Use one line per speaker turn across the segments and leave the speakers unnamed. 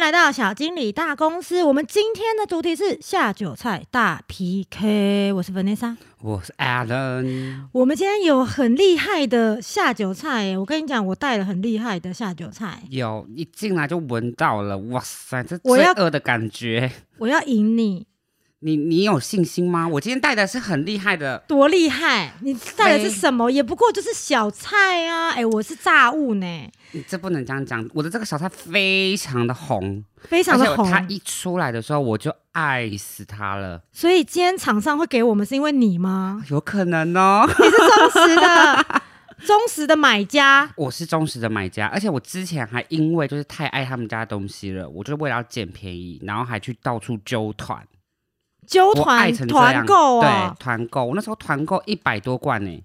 来到小经理大公司，我们今天的主题是下酒菜大 PK。我是 Vanessa，
我是 Alan，
我们今天有很厉害的下酒菜耶！我跟你讲，我带了很厉害的下酒菜，
有一进来就闻到了，哇塞，这
我
罪
要
恶的感觉。
我要赢你，
你你有信心吗？我今天带的是很厉害的，
多厉害！你带的是什么？也不过就是小菜啊！哎，我是炸物呢，
你这不能这样讲。我的这个小菜非常的红，
非常的
而且它
红。
一出来的时候我就爱死它了，？
所以今天厂商会给我们是因为你吗
有可能哦。
你是忠实的、忠实的买家。
我是忠实的买家，而且我之前还因为就是太爱他们家的东西了，我就是为了要捡便宜，然后还去到处揪团，
揪
我爱
团
成这样
团购啊、
对，团购，我那时候团购一百多罐呢、欸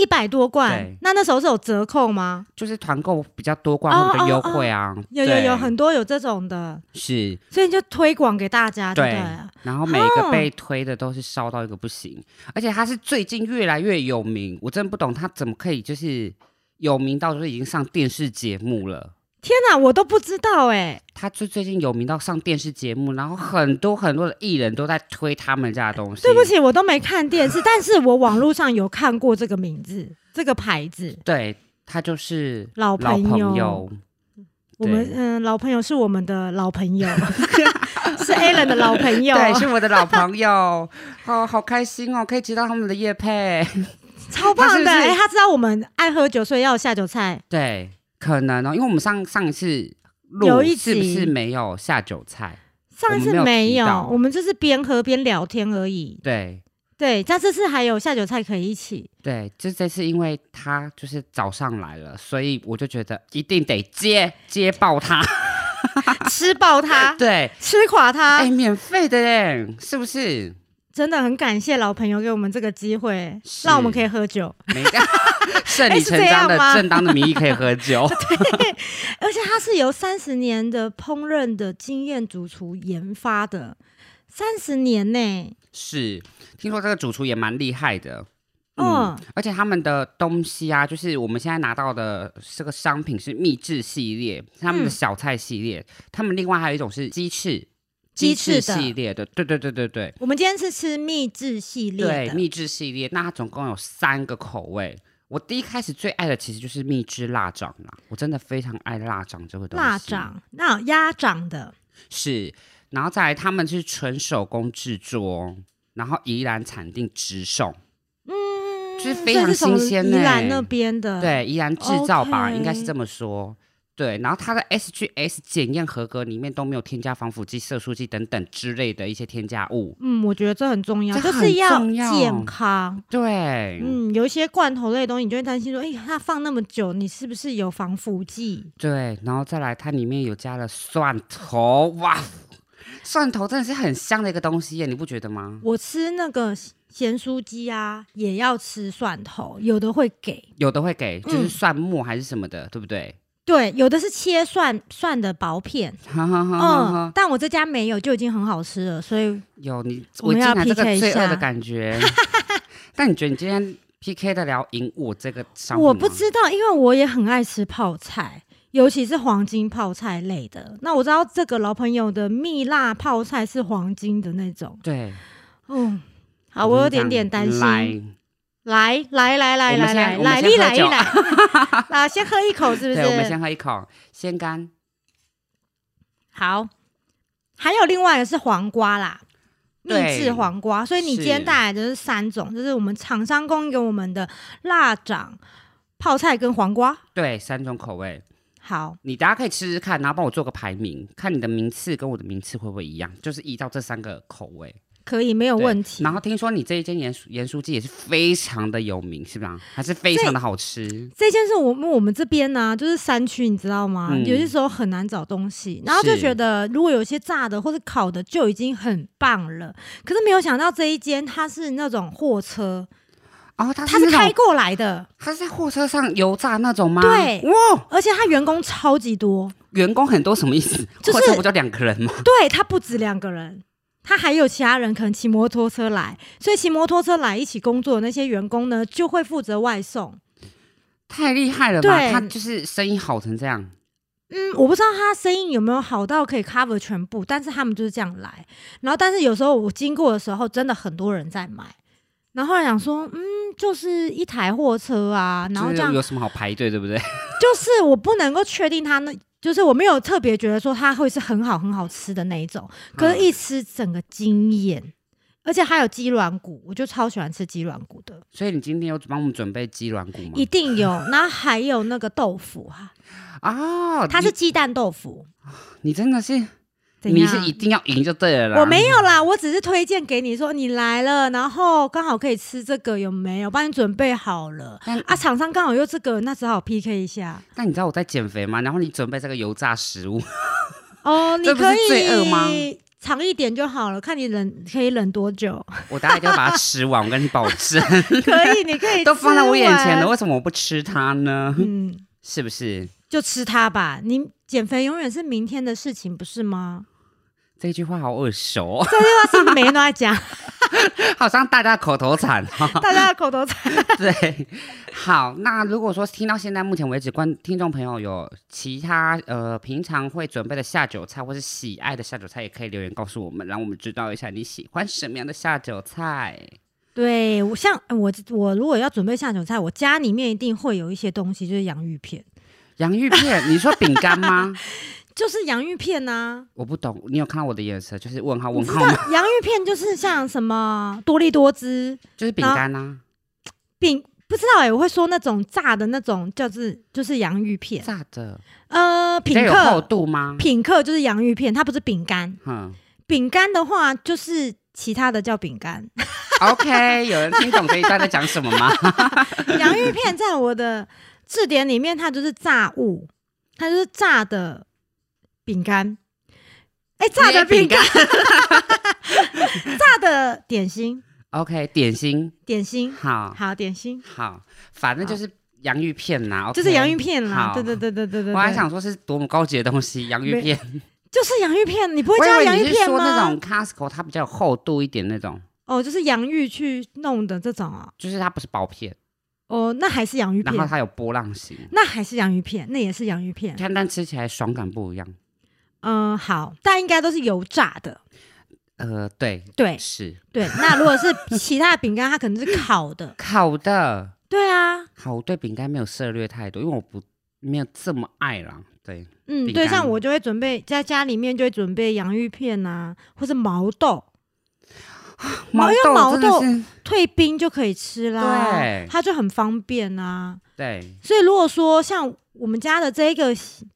一百多罐
对，
那那时候是有折扣吗？
就是团购比较多罐
哦
会比较优惠啊，
有有
对
有很多有这种的，
是，
所以你就推广给大家，对不
对
对？
然后每一个被推的都是烧到一个不行，
哦
而且他是最近越来越有名，我真的不懂他怎么可以就是有名到就是已经上电视节目了。
天哪，我都不知道哎、
他最最近有名到上电视节目，然后很多很多的艺人都在推他们家的东西。
对不，起，我都没看电 视，但是我网络上有看过这个名字，这个牌子。
对他就是
老
老
朋友，
友
我们
对
嗯，老朋友是我们的老朋友， 是 Alan 的老朋友，
对，是我的老朋友， 好好开心哦，可以接到他们的叶配。
超棒
他是不
的。
是
哎、他知道我们爱喝酒，所以要有下酒菜。
对，可能哦，因为我们上上一次
有
录
一
是不
集
是没有下酒菜？
上一次
我们没有
没
提
有，
到
我们就是边喝边聊天而已。
对
对，但这次还有下酒菜可以一起。
对，就这次因为他就是早上来了，所以我就觉得一定得接接爆他。
吃爆它，
对，
吃垮它、
哎、免费的耶，是不是？
真的很感谢老朋友给我们这个机会，
是
让我们可以喝酒。
没顺理
哎是
成
这
章
样
的、
吗
正当的名义可以 喝酒。
而且它是由三十年的烹饪的经验主厨研发的，三十年呢、
是，听说这个主厨也蛮厉害的。
嗯
嗯，而且他们的东西啊，就是我们现在拿到的这个商品是秘制系列，他们
嗯
的小菜系列，他们另外还有一种是鸡翅，
鸡翅的
系列的，对对对对对
我们今天是吃秘制系列
对，
的，
秘制系列，那它总共有三个口味。我第一开始最爱的其实就是秘制腊肠啦，我真的非常爱腊肠这个东西。
腊肠，那有鸭掌的，
是，然后再来他们是纯手工制作哦，然后宜兰产地直送，
嗯，
就是非常新鲜
这是从
呢
宜兰那边的，，
对，宜兰制造吧
嗯 OK
应该是这么说。对，然后它的 SGS 检验合格里面都没有添加防腐剂、色素剂等等之类的一些添加物。
嗯，我觉得这很重要，
这
就
很
是要
重要
健康。
对，
嗯，有一些罐头类的东西，你就会担心说，哎、它放那么久，你是不是有防腐剂？
对，然后再来，它里面有加了蒜头，哇，蒜头真的是很香的一个东西耶，你不觉得吗？
我吃那个咸酥鸡啊，也要吃蒜头，有的会给，
有的会给，就
嗯
是蒜末还是什么的，对不对？
对，有的是切蒜蒜的薄片。
哈哈哈哈哈
嗯，。但我这家没有，就已经很好吃了，所以
有你，
我
我
们
进
要
来这个
PK 一
罪恶
下
的 感觉。但你觉得你今天 PK 得了赢我这个商品吗
我不知道，因为我也很爱吃泡菜，尤其是黄金泡菜类的。那我知道这个老朋友的蜜辣泡菜是黄金的那种，
对，
嗯，好，
跟
我有
你
点
讲
点担心。
来，
来来来来
我
来
们先
来
我们
来，
先
一
喝
来 一
酒
来，啊，先喝一口是不
对，
是？
我们先喝一口，先干。
好，还有另外一个是黄瓜啦，秘
对
制黄瓜。所以你今天
是
带来的是三种，就是我们厂商供应给我们的辣掌、泡菜跟黄瓜。
对，三种口味，
好，
你大家可以吃吃看，然后帮我做个排名，看你的名次跟我的名次会不会一样，就是依照这三个口味。
可以，没有
对
问题
然。后听说你这一间盐酥盐酥鸡也是非常的有名，是吧？还是非常的好吃。
这件事我们我们这边呢、就是山区，你知道吗？
嗯
有些时候很难找东西，然后就是觉得如果有些炸的或者烤的就已经很棒了，可是没有想到这一间它是那种货车，
哦，它
它
是那
是开
种，
过来的，
它是在货车上油炸那种吗？
对
哇，
而且它员工超级多，
员工很多什么意思？
就是
货车不就两个人吗？
对他不止两个人，他还有其他人可能骑摩托车来，所以骑摩托车来一起工作的那些员工呢，就会负责外送。
太厉害了吧！
对
他就是生意好成这样，
嗯，我不知道他生意有没有好到可以 cover 全部，但是他们就是这样来。然后，但是有时候我经过的时候，真的很多人在买。然后后来想说，嗯，就是一台货车啊，然后这
就是
样
有什么好排队，对不对？
就是我不能够确定它那，就是我没有特别觉得说它会是很好很好吃的那一种，
嗯
可是，一吃整个惊艳，而且还有鸡软骨，我就超喜欢吃鸡软骨的，
所以你今天有帮我们准备鸡软骨吗
一？定有。然后还有那个豆腐 哈、
啊，
它是鸡蛋豆腐，
你你真的是，
怎
你
样？
是一定要赢就对了啦。
我没有啦，我只是推荐给你说你来了，然后刚好可以吃这个，有没有？帮你准备好了
但
啊，厂商刚好有这个，那只好 PK 一下
但你知道我在减肥吗？然后你准备这个油炸食物，
哦。你
这不是
可以
罪恶吗
长一点就好了，看你忍可以忍多久。
我大概就要把它吃完。我跟你保 证，
可以，你可 以
都放在我眼前了，
吃完
为什么我不吃它呢？
嗯，
是不是？
就吃它吧。你减肥永远是明天的事情，不是 吗？
这句话好耳熟，
这句话是每天都在讲，
好像大家口头禅 哦。
大家的口头禅。
对，好，那如果说听到现在目前为止，观听众朋友有其他呃平常会准备的下酒菜，或是喜爱的下酒菜，也可以留言告诉我们，让我们知道一下你喜欢什么样的下酒菜。
对我像我我如果要准备下酒菜，我家里面一定会有一些东西，就是洋芋片，
洋芋片，你说饼干吗？
就是洋芋片呐、
我不懂，你有看到我的眼神就是问号
你
问
嗯知
号
道
吗？
洋芋片就是像什么多利多汁
就是饼干啊，
饼，不知道哎、我会说那种炸的那种叫做就是洋芋片，
炸的，
呃，
比较
品
有
客
厚度吗？
品客就是洋芋片，它不是饼干。
嗯
饼干的话，就是其他的叫饼干。
，OK，有人听懂这一段在讲什么吗？
洋芋片在我的字典里面，它就是炸物，它就是炸的饼干。哎、 炸的饼干，炸的点心，
，OK，点心，
点心，
好
好，点心
好，反正就是洋芋片呐、
就是洋芋
片。
片啦。
好
对对对对对对对，
我还想说是多么高级的东西，洋芋片。
就是洋芋片，你不会
我以
叫
为
洋
你
芋
是
片
说那种
吗？
Costco 它比较有厚度一点那种，
哦，就是洋芋去弄的这种啊。
就是它不是薄片，
哦，那还是洋芋
然后
片，嗯
它有波浪形，
那还是洋芋片，那也是洋芋片。
看但吃起来爽感不一样。
嗯，好，但应该都是油炸的。
呃，对，
对，
是。
对，那如果是其他的饼干，它可能是烤的
烤的。
对啊，
好，我对饼干没有涉略太多，因为我不没有这么爱啦。对，
嗯，
饼
对，
干
像我就会准备在家里面就会准备洋芋片啊，或是毛豆，哦毛因为毛
真的
豆
是
退冰就可以吃啦。
对
它就很方便啊。
对，
所以如果说像我们家的这个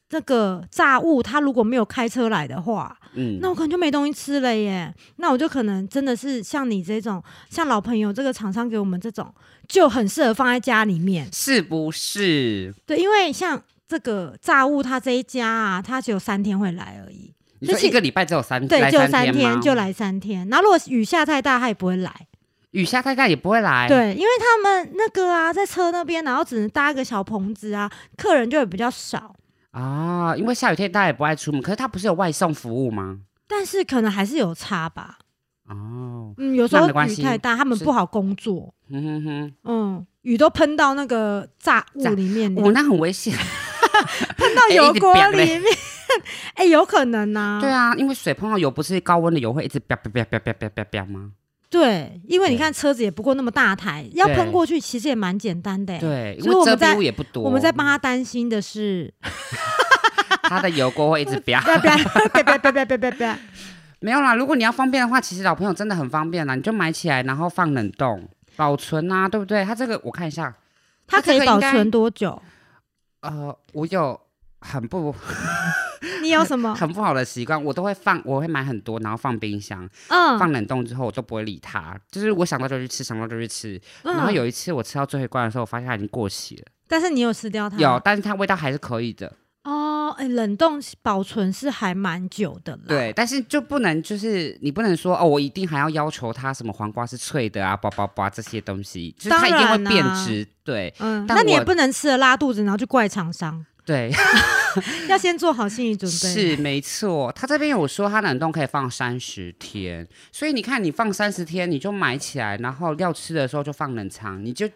这个炸物，它如果没有开车来的话，
嗯，
那我可能就没东西吃了耶。那我就可能真的是像你这种，像老朋友这个厂商给我们这种，就很适合放在家里面。
是不是？
对，因为像这个炸物，它这一家啊，它只有三天会来而已。
你说
就是
一个礼拜只有三
对，
来
就
三
三天
吗
就来三天。然后如果雨下太大，它也不会来。
雨下太大也不会来。，
对，因为他们那个啊，在车那边，然后只能搭一个小棚子啊，客人就会比较少。
啊，因为下雨天大家也不爱出门，可是它不是有外送服务吗？
但是可能还是有差吧。
哦，
嗯，有时
那
候
没关
雨
系
太大，他们
是
不好工作。
哼哼哼，
嗯，雨都喷到那个炸物
炸
里面，
我哦那很危险。
嗯喷到
哎
油
一直
锅
飙
里
嘞
面。 哎、有可能呐、
对啊，因为水碰到油，不是高温的油会一直啪啪啪啪啪啪啪啪吗？
对，因为你
对
看车子也不过那么大台，要
对
喷过去其实也蛮简单的、欸。
对，因
所以我
为遮
们在
蔽物也不多。
我们在帮他担心的是，
它的油锅会一直 啪。
不要不要不要不要不要不要不要 不要，
没有啦，如果你要方便的话，其实老朋友真的很方便啦，你就买起来，然后放冷冻保存啊，对不对？它这个我看一下，
它可以保存多久？
呃，我有很不
你有什么？
很不好的习惯，我都会放，我会买很多，然后放冰箱，
嗯
放冷冻之后我都不会理它，就是我想到就去吃，想到就去吃。然后
嗯，
有一次我吃到最后一罐的时候，我发现它已经过期了，
但是你有吃掉它？
有，但是它味道还是可以的，
哦，哎，冷冻保存是还蛮久的啦。，
对，但是就不能就是你不能说哦，我一定还要要求它什么黄瓜是脆的啊，叭叭叭这些东西，就是它一定会
当然啊
变质，对
嗯，
但
那你也
我
不能吃了拉肚子，然后就怪厂 商，
对。
要先做好心理准备。，
是没错，他这边有说他冷冻可以放三十天，所以你看你放三十天，你就买起来，然后要吃的时候就放冷藏，你就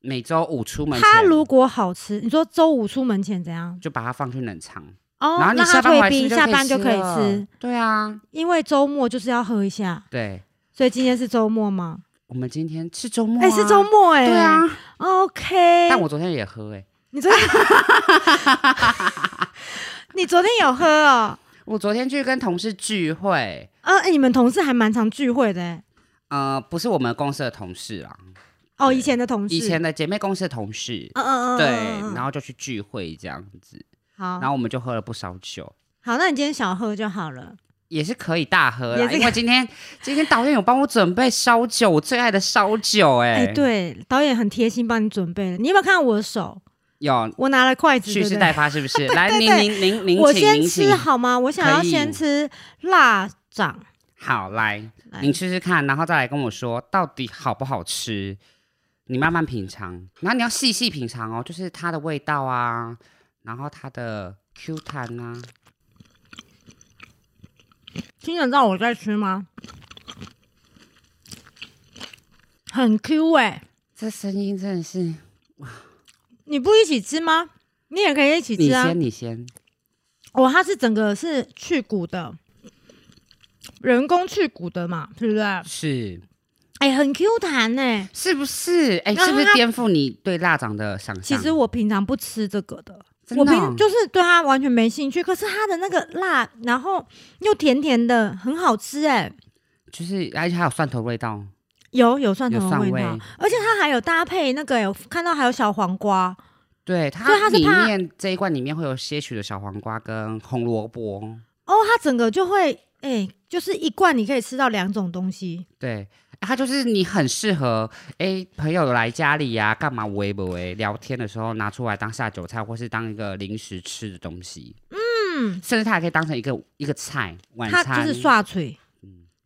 每周五出门
它
前
如果好吃，你说周五出门前怎样？
就把它放去冷藏。
哦，
然后你
让它
下班
退
回来是
冰，
不是
下班就可以
了
吃，。
对啊，
因为周末就是要喝一下，
对，
所以今天是周末吗？
我们今天是周末、啊，
哎、是周。末哎、
对啊，
，OK。
但我昨天也喝哎、
你昨天，你昨天有喝哦？
我昨天去跟同事聚会，
呃，哎你们同事还蛮常聚会的、欸、
呃，不是我们公司的同事啦，
哦，
对
以前的同事，
以前的姐妹公司的同事，
嗯，嗯嗯嗯，哦
对
嗯，嗯
然后就去聚会这样子，
好，
然后我们就喝了不少酒。
好，那你今天小喝就好了。
也是可以大喝
也
啦，
是
因为今天今天导演有帮我准备烧酒，我最爱的烧酒、
哎、
哎、，
对，导演很贴心帮你准备了。你有没有看到我的手？
有
我拿了筷子，对
蓄
不
势
对？
待发是不 是？来，您您您您
我
请
先
您请
吃，好吗？我想要
可以
先吃辣掌。
好来，
来
您吃吃看，然后再来跟我说到底好不好吃，你慢慢品尝，然后你要细细品尝哦，就是它的味道啊，然后它的 Q 弹啊，
听得到我在吃吗？很 Q 哎、
这声音真的是
你不一起吃吗？你也可以一起
你
吃啊。
先你先，
哦，它是整个是去骨的，人工去骨的嘛，对不对？哎、
是
很 Q 弹呢、
是不是？哎、
然后
是不是
它
颠覆你对腊肠的想象？
其实我平常不吃这个的，
真
我
的
平
哦
就是对它完全没兴趣。可是它的那个辣，然后又甜甜的，很好吃哎、
就是，而且还有蒜头味道，
有有蒜头
有
的
蒜
味
味
道，而且它还有搭配那个、有看到还有小黄瓜，所以
对
它
它
是
里
怕
面这一罐里面会有些许的小黄瓜跟红萝卜，
哦，它整个就会哎、就是一罐你可以吃到两种东西。
对，啊它就是你很适合哎、朋友来家里呀、干嘛围不围聊天的时候拿出来当下酒菜，或是当一个零食吃的东西，
嗯，
甚至它还可以当成一个一个菜晚
它
餐，嗯
就是刷嘴，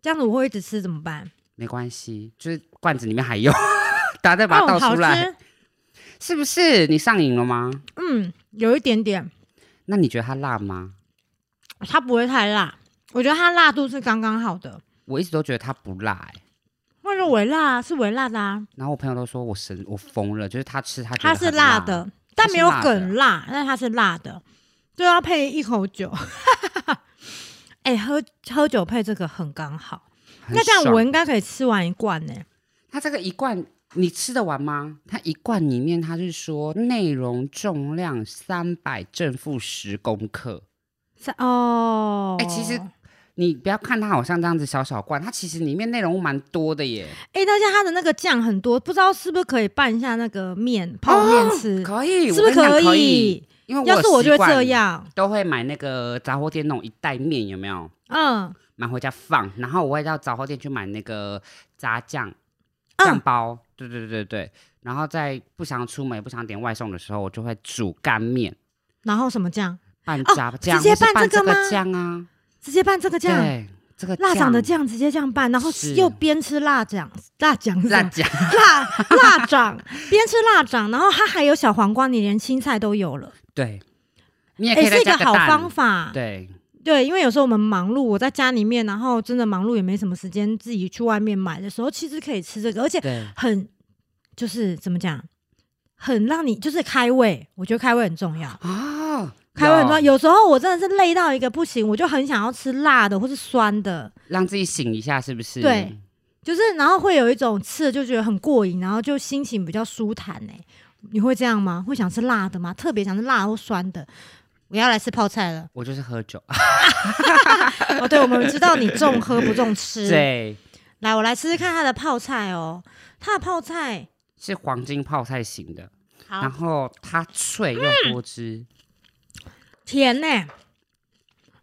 这样子我会一直吃怎么办？
没关系，就是罐子里面还有，大家再把它
哦，
倒
好
出来，
吃，
是不是？你上瘾了吗？
嗯，有一点点，
那你觉得它辣吗？
它不会太辣，我觉得它辣度是刚刚好的，
我一直都觉得它不辣、哎
或者微辣啊是微辣的啊，
然后我朋友都说我神我疯了，就是他吃他觉得
它是
很
辣，的，但
它是
没有
辣的
很辣，但它是辣的，就要配一口酒。 哎、喝喝酒配这个很刚好，
很
那这样我
爽
应该可以吃完一罐呢、
他这个一罐你吃得完吗？他一罐里面他是说内容重量三百正负十公克，
三哦，
哎其实你不要看它好像这样子小小罐，它其实里面内容物蛮多的耶。
哎、大家它的那个酱很多，不知道是不是可以拌一下那个面泡面吃，
哦可以，
嗯是
我
不
跟
是
你讲可
以？
因为我
要是我
习
就会
惯
这，样，
都会买那个杂货店那种一袋面，有没有？
嗯
买回家放，然后我会到杂货店去买那个炸酱
嗯
酱包，对对对对，然后在不想出门、不想点外送的时候，我就会煮干面
然后什么酱？
拌
哦
炸酱，
直接
或是
拌
拌
这个
个
吗
酱啊，
直接拌这个酱，
对，这个
辣掌的酱直接这样拌，然后
是
又边吃辣酱，辣 酱是
辣
什么
酱，
辣辣掌，边吃辣掌，然后它还有小黄瓜，你连青菜都有了，
对，你也可
哎、
以
是
再
一
加
个好
蛋
方法。
对，
对，因为有时候我们忙碌，我在家里面，然后真的忙碌也没什么时间自己去外面买的时候，其实可以吃这个，而且
对，
很就是怎么讲，很让你就是开胃，我觉得开胃很重要。
啊，
开胃哦很重要，
有
有时候我真的是累到一个不行，我就很想要吃辣的或是酸的，
让自己醒一下，是不是？
对，就是然后会有一种吃了就觉得很过瘾，然后就心情比较舒坦哎、你会这样吗？会想吃辣的吗？特别想吃辣或酸的？我要来吃泡菜了。
我就是喝
嗯
酒，
哦，对，我们知道你重喝不重吃。
对，
来，我来吃吃看它的泡菜哦，它的泡菜
是黄金泡菜型的，然
好嗯
后它脆又多汁，
甜呢、欸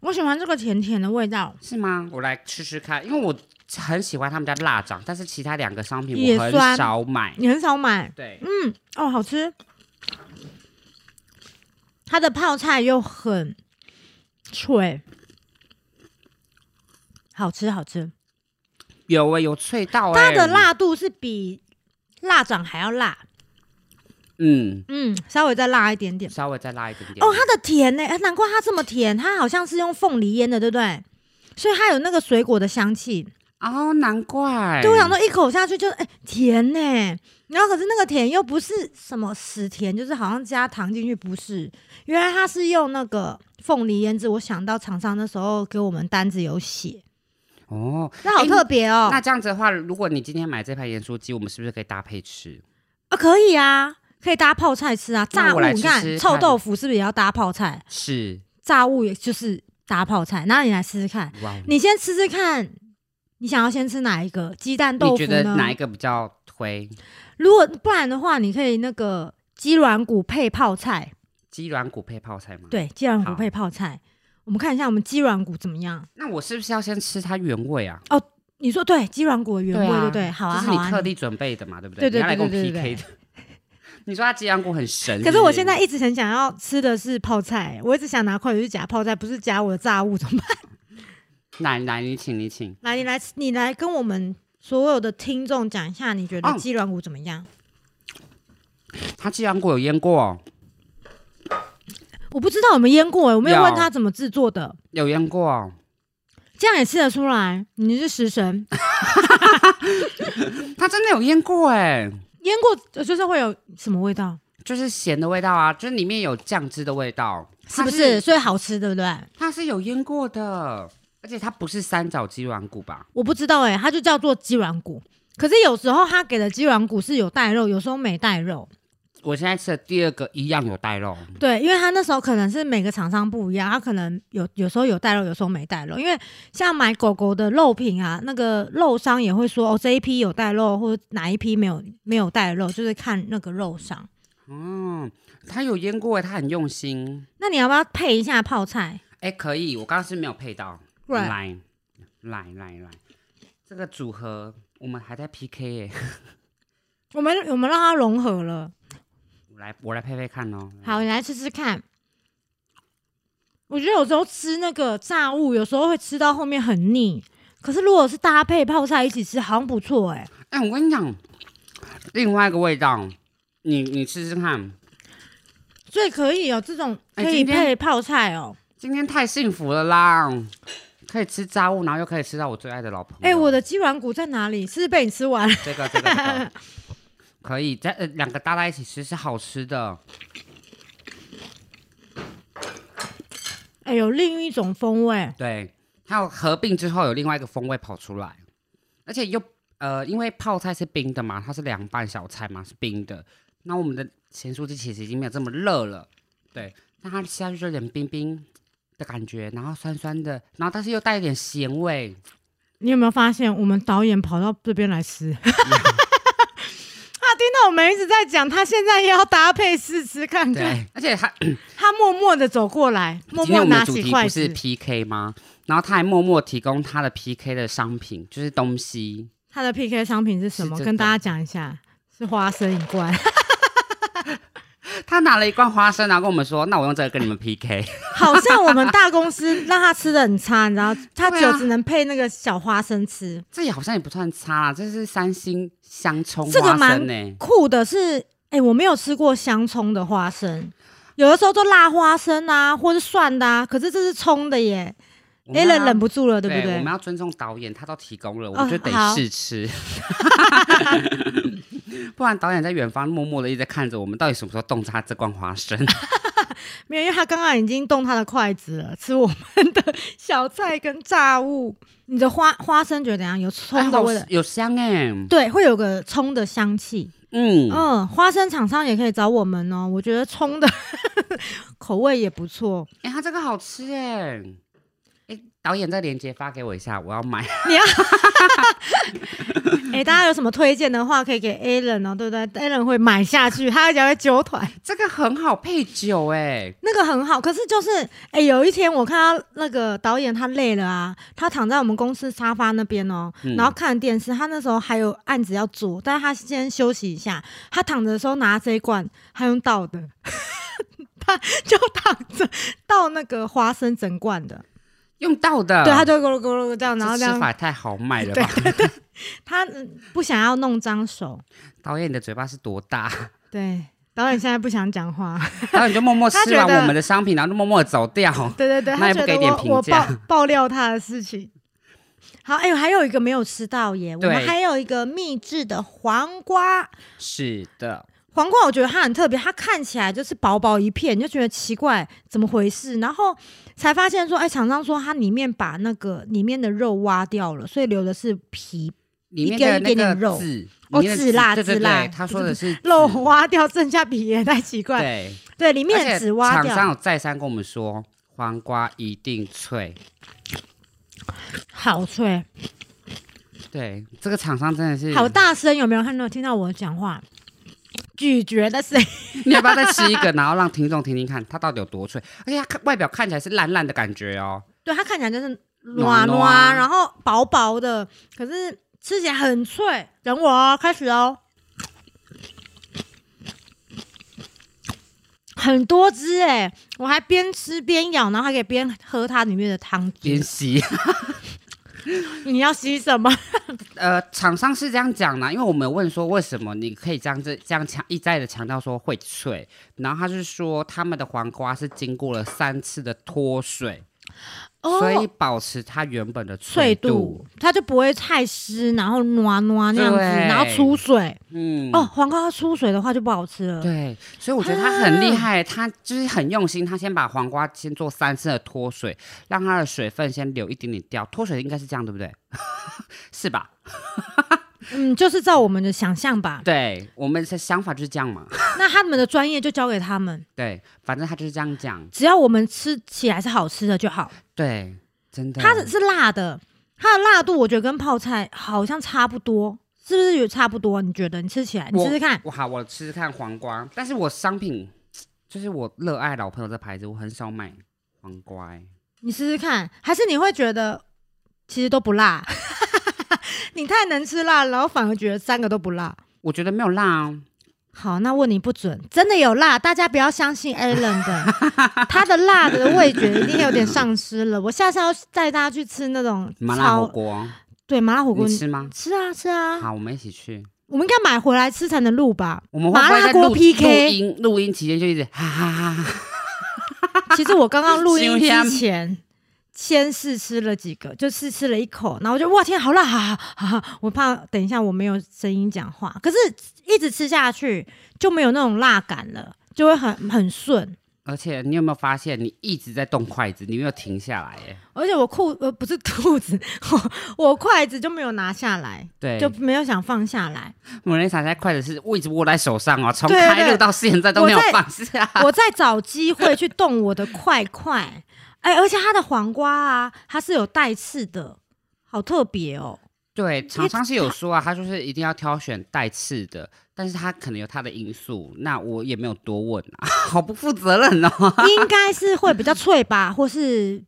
我喜欢这个甜甜的味道。
是吗？我来吃吃看，因为我很喜欢他们家腊肠，但是其他两个商品
也
我很
酸嗯
少买。
你很少买，
对，
嗯，哦，好吃。它的泡菜又很脆，好吃好吃。
有哎、有脆到哎、
它的，辣度是比辣掌还要辣，
嗯，
嗯，稍微再辣一点点。
稍微再辣一点点。
哦，它的甜呢、哎难怪它这么甜，它好像是用凤梨腌的，对不对？所以它有那个水果的香气。
哦，难怪。
对，我想说一口下去就哎、甜呢、然后可是那个甜又不是什么死甜，就是好像加糖进去不是，原来它是用那个凤梨腌制，我想到厂商那时候给我们单子有写，
哦，
那好特别哦、
那这样子的话，如果你今天买这盘盐酥鸡，我们是不是可以搭配吃？
啊，可以啊，可以搭泡菜吃啊，
那
炸
我
物
来
你
吃
看
吃
臭
看
豆腐是不是也要搭泡菜？
是，
炸物也就是搭泡菜，那你来试试看，
哇哦，
你先吃吃看，你想要先吃哪一个？鸡蛋豆
你
腐
觉得
呢？
哪一个比较推？
如果不然的话，你可以那个鸡软骨配泡菜，
鸡软骨配泡菜吗？。
对，鸡软骨
好
配泡菜。我们看一下我们鸡软骨怎么样？
那我是不是要先吃它原味啊？
你说对，鸡软骨的原味，对
啊
不对？好啊，
这
好
是你
啊。
特
你
地准备的嘛，对不
对对
你要来跟我
对对对
PK 的。 你说它鸡软骨很神，
可
是
是
不
我
是
现在一直很想要吃的是泡菜，我一直想拿筷子去夹泡菜，不是夹我的炸物，怎么办？
来来，你请你请。
来，你来，你来跟我们所有的听众讲一下，你觉得
嗯
鸡软骨怎么样？
它鸡软骨有腌过哦，
我不知道有没有腌过、欸，我没有
有
问他怎么制作的，
有腌过哦。
这样也吃得出来。你是食神，
它真的有腌过哎，
腌过就是会有什么味道？
就是咸的味道啊，就是里面有酱汁的味道，
是
它
不是？？所以好吃，对不对？
它是有腌过的，而且它不是三角鸡软骨吧？
我不知道哎、它就叫做鸡软骨。可是有时候他给的鸡软骨是有带肉，有时候没带肉。
我现在吃的第二个一样有带肉，
对，因为他那时候可能是每个厂商不一样，他可能有有时候有带肉，有时候没带肉。因为像买狗狗的肉品啊，那个肉商也会说哦，这一批有带肉，或者哪一批没有没有带肉，就是看那个肉商。
嗯，它有腌过哎，它很用心。
那你要不要配一下泡菜？
哎，可以，我刚刚是没有配到。来来来来，这个组合我们还在欸 PK 耶、
我们我们让它融合了。
我来我来配配看哦。
好，你来吃吃看。我觉得有时候吃那个炸物，有时候会吃到后面很腻。可是如果是搭配泡菜一起吃，好像不错哎、
哎、我跟你讲，另外一个味道，你你试试看。
所以可以哦、这种
哎
可以
今天
配泡菜哦、
今天太幸福了啦，可以吃炸物，然后又可以吃到我最爱的老朋友。
哎、我的鸡软骨在哪里？是不是被你吃完了？
这个这个这个 可以，在呃两个搭在一起吃是好吃的。
哎、有另一种风味。
对，还有合并之后有另外一个风味跑出来，而且又呃，因为泡菜是冰的嘛，它是凉拌小菜嘛，是冰的。那我们的咸酥鸡其实已经没有这么热了，对，那它吃下去就有点冰冰的感觉，然后酸酸的，然后但是又带一点咸味。
你有没有发现，我们导演跑到这边来吃？ 他听到我们一直在讲，他现在也要搭配试吃看看。
对，而且它
他默默的走过来，嗯 默
今天
默
我们
拿
的主
起
题
筷
不
子。
是 PK 吗？然后他还默默提供他的 PK 的商品，就是东西。
它的 PK 商品是什么？
是这个
跟大家讲一下，是花生一罐，
他拿了一罐花生，然后跟我们说：“那我用这个跟你们 PK。”
好像我们大公司让他吃的很差，你知道，他
对啊
酒只能配那个小花生吃。
这也好像也不算差啦，这是三星香葱
这个
花
蛮
生呢、
酷的是，哎、我没有吃过香葱的花生，有的时候都辣花生啊，或是蒜的啊，可是这是葱的耶。
我们
a
要
l n 哎忍不住了，对
对
不
我
对
们？要尊重导演，他都提供了，我
哦
们就得
好
试吃。 不然导演在远方默默的一直在看着我们，到底什么时候动他这罐花生？
没有，因为他刚刚已经动他的筷子了，吃我们的小菜跟炸物。你的花花生觉得怎样？有葱的
哎
味道
好，有香哎、
对，会有个葱的香气。
嗯，
嗯，花生厂商也可以找我们哦。我觉得葱的 口味也不错。
哎、它这个好吃哎、哎、导演，这链接发给我一下，我要买。
哎、大家有什么推荐的话，可以给 Alan 哦，对不对？Alan 会买下去，他而且会揪团，
这个很好配酒哎、
那个很好。可是就是，哎、有一天我看到那个导演他累了啊，他躺在我们公司沙发那边哦，
嗯
然后看电视。他那时候还有案子要做，但是他先休息一下。他躺着的时候拿这一罐，他用倒的， 他就躺着倒那个花生整罐的。
用到的。
对，他就咕噜咕噜这样，
这
然后这
吃
样
法也太豪迈了
对
吧？
他嗯不想要弄脏手，
导演，你的嘴巴是多大？
对。导演现在不想讲话，
然后你就默默
他
吃
觉
完
得
我们的商品，然后就默默地走掉。
对对对，
那
他
也不
觉得
给点
我
评
我
价
爆 爆料他的事情。好，哎呦，还有一个没有吃到耶，我们
对
还有一个秘制的黄瓜，
是的，
黄瓜我觉得它很特别，它看起来就是薄薄一片，你就觉得奇怪怎么回事，然后才发现说，哎、厂商说它里面把那个里面的肉挖掉了，所以留的是皮，
里面
一根
的
一
那
点点
个
肉
籽，
哦
里面的
籽啦
对对
籽啦
对，他说的是
肉
籽
挖掉剩下皮也太奇怪。
对，
对，里面
而
的
且
籽挖
厂商
掉，
有再三跟我们说，黄瓜一定脆。
好脆，
对，这个厂商真的是
好。大声，有没有看到听到我讲话？咀嚼的声音，
你要不要再吃一个，然后让听众听听看，它到底有多脆？而且它看外表看起来是烂烂的感觉 哦。
对，它看起来就是
软
软
软
软，然后薄薄的，可是吃起来很脆。等我哦，开始哦。很多汁哎、我还边吃边咬，然后还可以边喝它里面的汤
边
汁。
吸，
你要吸什 么？
呃，厂商是这样讲呢，因为我们有问说为什么你可以这样子这样强一再的强调说会脆，然后他是说他们的黄瓜是经过了三次的脱水，所以保持它原本的
脆
度
哦度，它就不会太湿，然后糯糯那样子，
对
然后出水。
嗯，
哦，黄瓜出水的话就不好吃了。
对，所以我觉得他很厉
啊
害，他就是很用心，他先把黄瓜先做三次的脱水，让它的水分先留一点点掉。脱水应该是这样，对不对？ 是吧？
嗯，就是照我们的想象 吧。
对，我们的想法就是这样嘛。
那他们的专业就交给他们，
对，反正他就是这样讲。
只要我们吃起来是好吃的就好。
对，真的。
它的是辣的，它的辣度我觉得跟泡菜好像差不多，是不是有差不多？你觉得？你吃起来，你
我
试试看。
我好，我吃吃看黄瓜，但是我商品就是我热爱老朋友这牌子，我很少买黄瓜、欸。
你试试看，还是你会觉得其实都不辣？ 你太能吃辣了，然后反而觉得三个都不辣。
我觉得没有辣、啊，
好，那问你不准，真的有辣，大家不要相信 Alan 的，他的辣的味觉一定有点丧失了。我下次要带大家去吃那种
麻辣
超
火锅，啊
对麻辣火锅，
你吃吗？
吃啊吃啊，
好，我们一起去。
我们应该买回来吃才能录吧？
我们会不会
麻
在
辣锅
录
PK
录音录音期间就一直哈哈哈哈？
其实我刚刚录音
想念
之前，先试吃了几个，就试吃了一口，然后我就哇天，好辣，哈哈哈哈！我怕等一下我没有声音讲话，可是一直吃下去就没有那种辣感了，就会很很顺。
而且你有没有发现，你一直在动筷子，你没有停下来？哎，
而且我裤呃不是 兔子，我我筷子就没有拿下来，
对，
就
就
没有想放下来。
莫雷莎现在筷子是一直握在手上哦，从
对啊对
开录到现在都没有放下。
我在找机会去动我的块块， 哎、而且它的黄瓜啊，它是有带刺的，好特别 哦。
对，厂商是有说啊，他就是一定要挑选带刺的，但是他可能有他的因素，那我也没有多问啊， 好不负责任哦，
应该是会比较脆吧，或是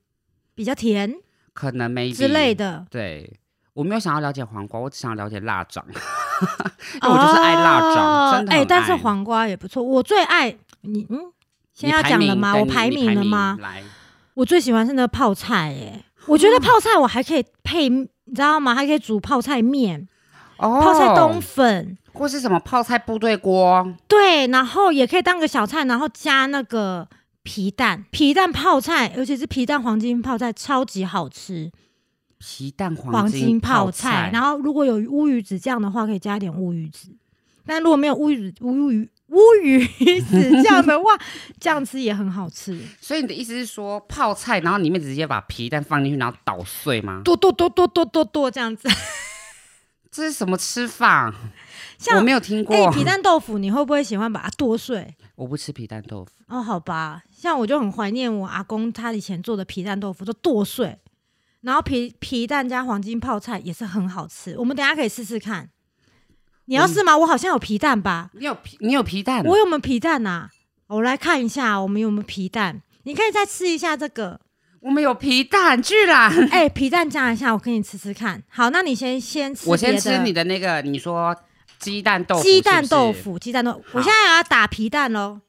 比较甜
可能没
之类。的。
对。我没有想要了解黄瓜，我只想要了解腊肠。 因为我就是爱腊肠
哦
真的很
哎但是
爱
黄瓜也不错，我最爱你嗯，先
你
要
排
讲了
名
吗？
对
我
你
排
你嗯
名了吗？
来，
我最喜欢是那个泡菜、耶，我觉得泡菜我还可以配，你知道吗？还可以煮泡菜面、
哦，
泡菜冬粉，
或是什么泡菜部队锅，
对，然后也可以当个小菜，然后加那个皮蛋、皮蛋泡菜，尤其是皮蛋黄金泡菜，超级好吃。
皮蛋黄
黄金
泡
泡菜，然后如果有乌鱼子酱的话，可以加一点乌鱼子。但如果没有乌鱼子乌鱼乌鱼子酱的话， 这样吃也很好吃。
所以你的意思是说，泡菜，然后里面直接把皮蛋放进去，然后捣碎吗？
剁剁剁剁剁剁剁这样子，
这是什么吃法？我
像
没有听
哎、
过。
皮蛋豆腐，你会不会喜欢把它剁碎？
我不吃皮蛋豆腐，
哦，好吧，像我就很怀念我阿公他以前做的皮蛋豆腐，就剁碎，然后皮皮蛋加黄金泡菜也是很好吃。我们等一下可以试试看。你
嗯
要试吗？我好像有皮蛋吧？
你有皮，你有皮蛋，
我有没有皮蛋呐、我来看一下，我们有没有皮蛋？你可以再吃一下这个，
我们有皮蛋，居然。
哎、皮蛋加一下，我给你吃吃看。好，那你先先吃，
我先吃你的那个，你说鸡蛋豆腐是不是，
鸡蛋豆腐，鸡蛋豆腐。我现在要打皮蛋 喽，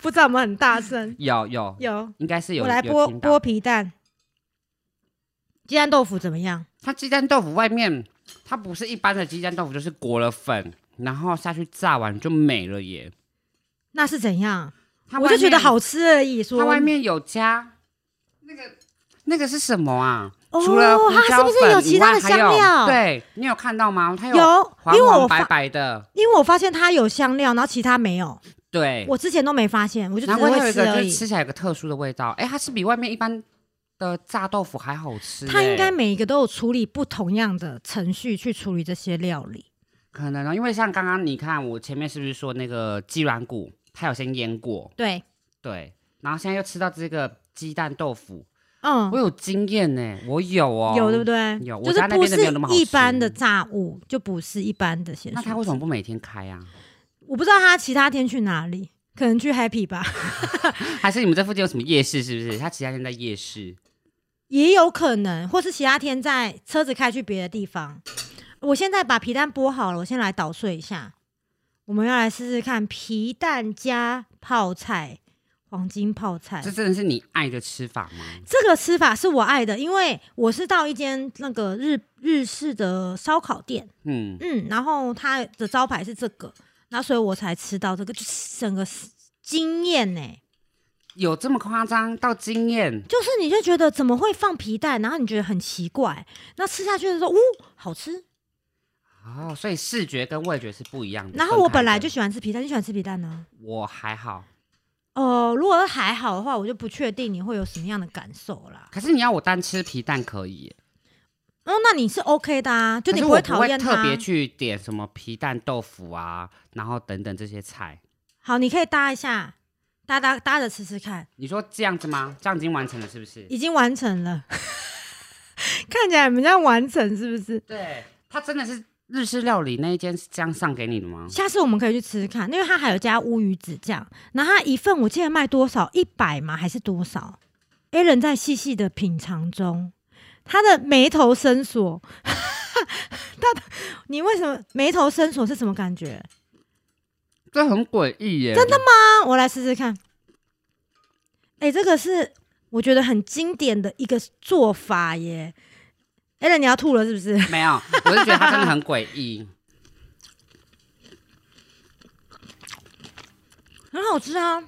不知道有没有很大声？
有有，
有，
应该是有。
我来
有
剥
听到
剥皮蛋，鸡蛋豆腐怎么样？
它鸡蛋豆腐外面，它不是一般的鸡蛋豆腐，就是裹了粉，然后下去炸完就没了耶。
那是怎样？
它
我就
外
觉得
面
好吃而已。说
它外面有加那个那个是什么啊？除了
哦
胡
它
椒
是不是有
粉
其
以
他
外，
的
还
香
有
料？，
对你有看到吗？它
有，
黄
因为我
黄白
发，
白的，
因为我发现它有香料，然后其他没有，
对。
我之前都没发现，我就只
难
是
怪它有
会
一
吃
个
而
就是
已。
吃起来有个特殊的味道，哎，它是比外面一般的炸豆腐还好吃、
它应该
哎
每一个都有处理不同样的程序去处理这些料理。
可能哦，因为像刚刚你看我前面是不是说那个鸡软骨，它有先腌过，
对，
对，然后现在又吃到这个鸡蛋豆腐，
嗯
我，有经验呢、我有哦，
有对不？对？
有我
就是
家那
不
边的
是
没有那么好
一般
吃
的炸物，就不是一般的咸
那
它
它为什么不每天开啊？
我不知道它其他天去哪里，可能去 Happy 吧，
还是你们这附近有什么夜市？是不是？它其他天在夜市，
也有可能，或是其他天在车子开去别的地方。我现在把皮蛋剥好了，我先来捣碎一下。我们要来试试看皮蛋加泡菜，黄金泡菜。
这真的是你爱的吃法吗？
这个吃法是我爱的，因为我是到一间那个日日式的烧烤店，
嗯，
嗯，然后它的招牌是这个，那所以我才吃到这个，就是整个惊艳呢、欸
有这么夸张到惊艳？
就是你就觉得怎么会放皮蛋，然后你觉得很奇怪，那吃下去的时候，呜，好吃。
哦，所以视觉跟味觉是不一样的。
然后我本来就
分
喜欢吃皮蛋，你喜欢吃皮蛋呢？
开的我还好，
哦、如果还好的话，我就不确定你会有什么样的感受啦。
可是你要我单吃皮蛋可以耶，
哦，那你是 OK 的啊，就
可
你
是
不
我
讨厌
特
它。
别去点什么皮蛋豆腐啊，然后等等这些菜。
好，你可以搭一下，搭搭搭着吃吃看。
你说这样子吗？这样已经完成了是不是？
已经完成了， 看起来很像完成，是不是？
对，它真的是日式料理那一间是这样上给你的吗？
下次我们可以去吃吃看，因为它还有加乌鱼子酱，然后它一份我记得卖多少，一百吗？还是多少？Allen 在细细的品尝中，他的眉头深锁。 他的，你为什么眉头深锁是什么感觉？
这很诡异耶！真的吗？
啊，我来试试看。哎、这个是我觉得很经典的一个做法耶。Allen，你要吐了是不是？
没有，我是觉得它真的很诡异。
很好吃啊。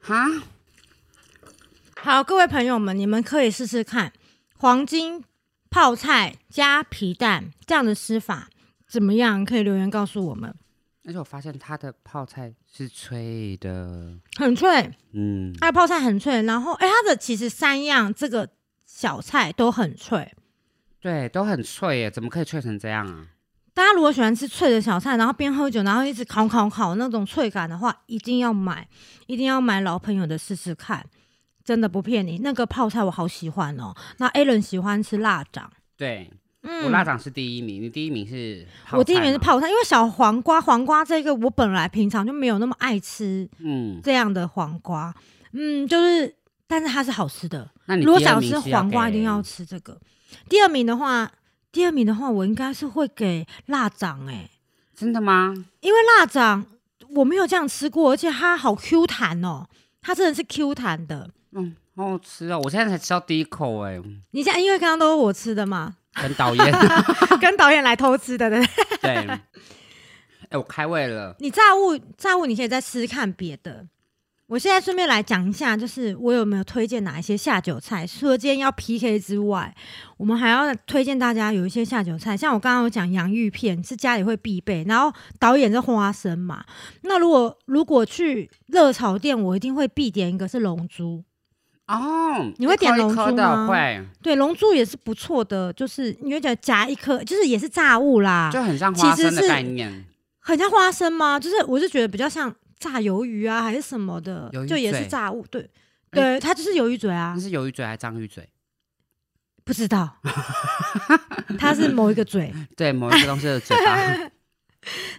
哈，
好，各位朋友们，你们可以试试看黄金泡菜加皮蛋这样的吃法怎么样？可以留言告诉我们。
而且我发现它的泡菜是脆的，
很脆，
嗯，
它的泡菜很脆，然后哎、它的其实三样这个小菜都很脆。
对，都很脆耶，怎么可以脆成这样啊？
大家如果喜欢吃脆的小菜，然后边喝酒，然后一直烤烤烤那种脆感的话，一定要买，一定要买老朋友的试试看，真的不骗你。那个泡菜我好喜欢哦。那 a l a n 喜欢吃辣掌，
对，
嗯，
我辣掌是第一名，你第一名是泡菜吗
我第一名是，泡菜，因为小黄瓜，黄瓜这个我本来平常就没有那么爱吃
嗯，
这样的黄瓜，嗯，就是，但是它是好吃的。
那你
如果
第二
想
名
吃
是要
黄瓜，
给
一定要吃这个。第二名的话，第二名的话，我应该是会给辣掌哎、
真的吗？
因为辣掌我没有这样吃过，而且它好 Q 弹哦，它真的是 Q 弹的。
嗯，好好吃哦，我现在才吃到第一口哎，
你现在因为刚刚都是我吃的 嘛，
跟导 演
跟导演来偷吃的，对不对？
对，哎，我开胃了，
你炸物炸物，你可以再试试看别的。我现在顺便来讲一下，就是我有没有推荐哪一些下酒菜？除了今天要 PK 之外，我们还要推荐大家有一些下酒菜，像我刚刚有讲洋芋片是家里会必备，然后导演是花生嘛。那如果如果去热炒店，我一定会必点一个是龙珠，
哦，
你会
一颗
点龙
一颗
珠
的
吗
会，
对，龙珠也是不错的，就是你会觉得夹一颗，就是也是炸物啦，
就很像
其
花
实
生的
是
概念，
很像花生吗？就是我是觉得比较像炸鱿鱼啊，还是什么的
鱿鱼，
就也
嘴哎
是炸物。对，对，它就是鱿鱼嘴啊
那，是鱿鱼嘴还是章鱼嘴？
不知 道，它是某一个嘴。
对，某一个东西的嘴 巴，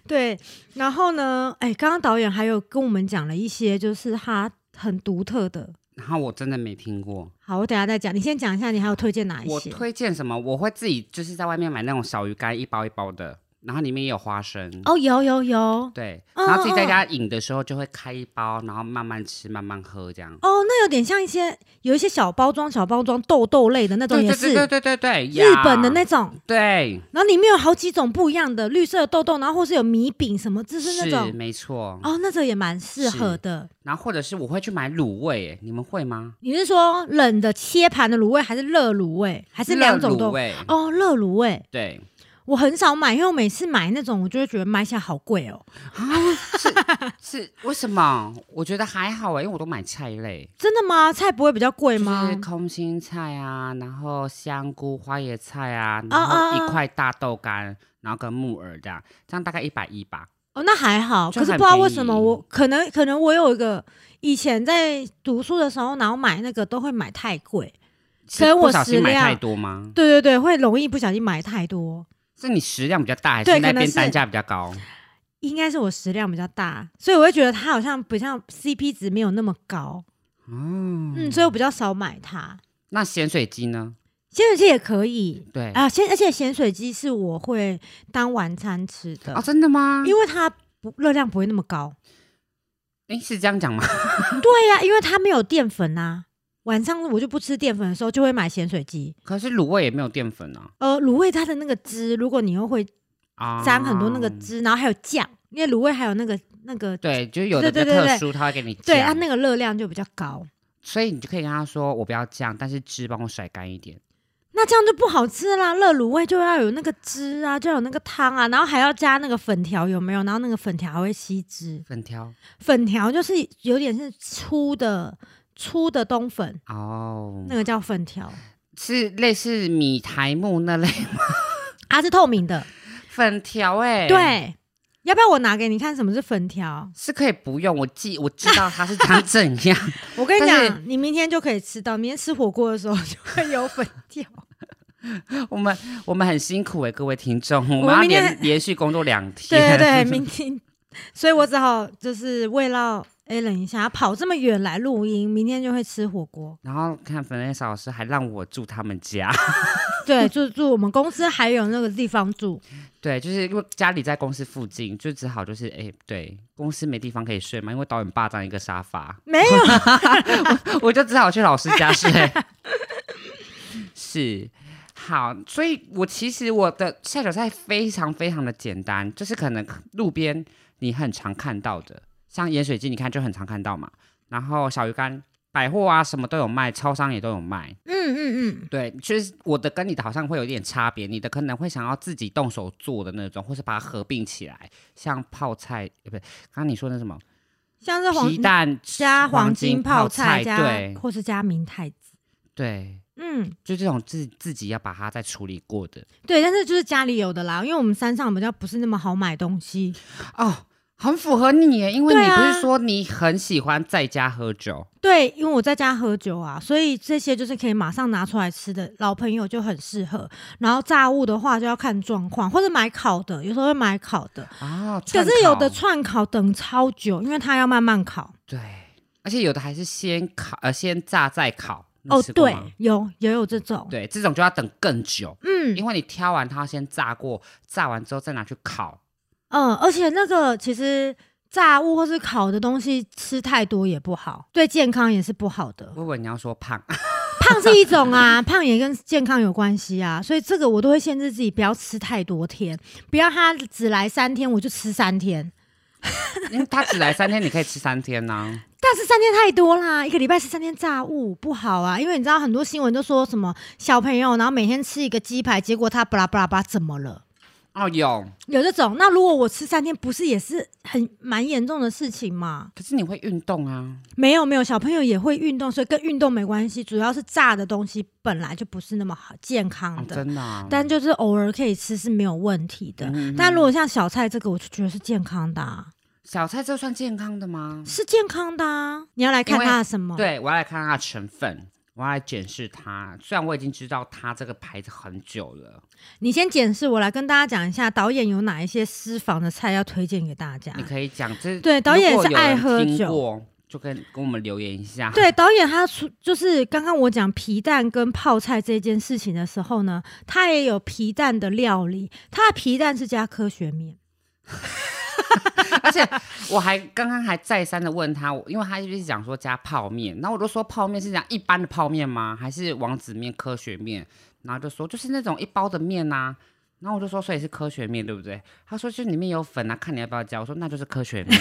对，然后呢，哎，刚刚导演还有跟我们讲了一些，就是他很独特的。
然后我真的没听过。
好，我等一下再讲，你先讲一下，你还有推荐哪一
我
些？
推荐什么？我会自己就是在外面买那种小鱼干一包一包的，然后里面也有花生。
哦，有有有，
对，
嗯
然后自己在
嗯
家饮的时候就会开一包，然后慢慢吃，慢慢喝这样。
哦，那有点像一些有一些小包装、小包装豆豆类的那种，
对
也
对
是
对对对对对，
日本的
呀
那种，
对
然后里面有好几种不一样的绿色的豆豆，然后或是有米饼什么，就是那种
没错。
哦，那这也蛮适
是
合的。
然后或者是我会去买卤味，哎，你们会吗？
你是说冷的切盘的卤味，还是热卤味，还是
热
两种
卤
都？
味，
哦，热卤味
对，
我很少买，因为我每次买那种，我就会觉得买起来好贵哦。
是为什么？我觉得还好哎，因为我都买菜类，
真的吗？菜不会比较贵
就
吗
是？空心菜啊，然后香菇、花椰菜啊，然
啊
后
啊
一块大豆干，然后跟木耳这样，这样大概一百一吧。
哦，那还好。
就
可是
很
不知道为
便
什么，
宜
我可能可能我有一个以前在读书的时候，然后买那个都会买太贵。
是
可我
不小心
食
买太
量
多吗？
对对对，会容易不小心买太多。
是你食量比较大，还
对
是那
可能
边
是
单价比较高？
应该是我食量比较大，所以我会觉得它好像不像 CP 值没有那么高。嗯，所以我比较少买它。
那咸水鸡呢？
咸水鸡也可以
对啊，
啊，咸而且咸水鸡是我会当晚餐吃的，
哦真的吗？
因为它不热量不会那么高。
诶，是这样讲吗？
对呀、因为它没有淀粉啊。晚上我就不吃淀粉的时候，就会买咸水鸡。
可是卤味也没有淀粉啊，
呃，卤味它的那个汁，如果你又会
啊，
沾很多那个汁，然后还有酱，因为卤味还有那个那个，
对，就是有的比较
对对对
特
对
殊，它会给你
对它
酱，
那个热量就比较高，
所以你就可以跟他说我不要酱，但是汁帮我甩干一点。
那这样就不好吃啦。热卤味就要有那个汁啊，就要有那个汤啊，然后还要加那个粉条，有没有？然后那个粉条还会吸汁，
粉条
粉条就是有点是粗的粗的冬粉，
哦，
那个叫粉条，
是类似米苔木那类
它啊是透明的，
粉条哎、，
对。要不要我拿给你看什么是粉条？
是可以不用，我记我知道它是长怎 样，
我跟你
但是
讲，你明天就可以吃到，明天吃火锅的时候就会有粉条。
我们我们很辛苦哎、各位听众，我
我
们要
明天
连连续工作两 天，
对对 对，明天，所以我只好就是为了 a l 一下，跑这么远来录音，明天就会吃火锅。
然后看粉嫩小老师还让我住他们家，
对，就住我们公司还有那个地方住，
对，就是因为家里在公司附近，就只好就是哎、对，公司没地方可以睡嘛，因为导演霸占一个沙发，
没有
我就只好去老师家睡。 是，好，所以我其实我的下酒菜非常非常的简单，就是可能路边你很常看到的，像盐水鸡，你看就很常看到嘛，然后小鱼干。百货啊，什么都有卖，超商也都有卖。
嗯嗯嗯，
对，就是我的跟你的好像会有点差别，你的可能会想要自己动手做的那种，或是把它合并起来，像泡菜，呃，不是，刚刚你说那什么
像是黄
皮蛋
加黄
金
金泡
菜，
菜
对
加或是加明太子，
对，
嗯。
就这种自自己要把它再处理过的
对，但是就是家里有的啦，因为我们山上比较不是那么好买东西。
哦，很符合你耶，因为
对
你不
啊
是说你很喜欢在家喝酒，
对，因为我在家喝酒啊，所以这些就是可以马上拿出来吃的，老朋友就很适合。然后炸物的话就要看状况，或者买烤的，有时候会买烤的。
啊，
可
串
是有的
烤
串烤等超久，因为它要慢慢烤。
对，而且有的还是先烤呃先炸再烤，你
哦，
吃过
对
吗，
有也有这种，
对，这种就要等更久，
嗯
因为你挑完它先炸过，炸完之后再拿去烤，
嗯，而且那个其实炸物或是烤的东西吃太多也不好，对健康也是不好的。
我以为你要说胖，
胖是一种啊，胖也跟健康有关系啊，所以这个我都会限制自己不要吃太多天，不要他只来三天我就吃三天，
因为它只来三天，你可以吃三天呐、
但是三天太多啦，一个礼拜吃三天炸物不好啊，因为你知道很多新闻都说什么小朋友，然后每天吃一个鸡排，结果他巴拉巴拉巴拉怎么了？
哦，有，
有这种，那如果我吃三天，不是也是很蛮严重的事情吗？
可是你会运动啊，
没有没有，小朋友也会运动，所以跟运动没关系，主要是炸的东西本来就不是那么好健
哦
康、的，
真的、嗯啊，
但就是偶尔可以吃是没有问题的。但如果像小菜这个，我就觉得是健康的、啊，
小菜这算健康的吗？
是健康的、啊。你要来看
因为
它的什么？
对，我要来看它的成分，我要来检视它。虽然我已经知道它这个牌子很久了，
你先检视，我来跟大家讲一下导演有哪一些私房的菜要推荐给大家
你。可以讲这
啊对导
如
演
果
是
有人
爱喝
听
酒
过就跟跟我们留言一下。
对，导演他出就是刚刚我讲皮蛋跟泡菜这件事情的时候呢，他也有皮蛋的料理，他的皮蛋是加科学面，
而且我还刚刚还再三的问他，我因为他就是讲说加泡面，然后我就说泡面是讲一般的泡面吗？还是王子面、科学面？然后就说就是那种一包的面呐、然后我就说，所以是科学面对不对？他说就里面有粉啊，看你要不要加。我说那就是科学面，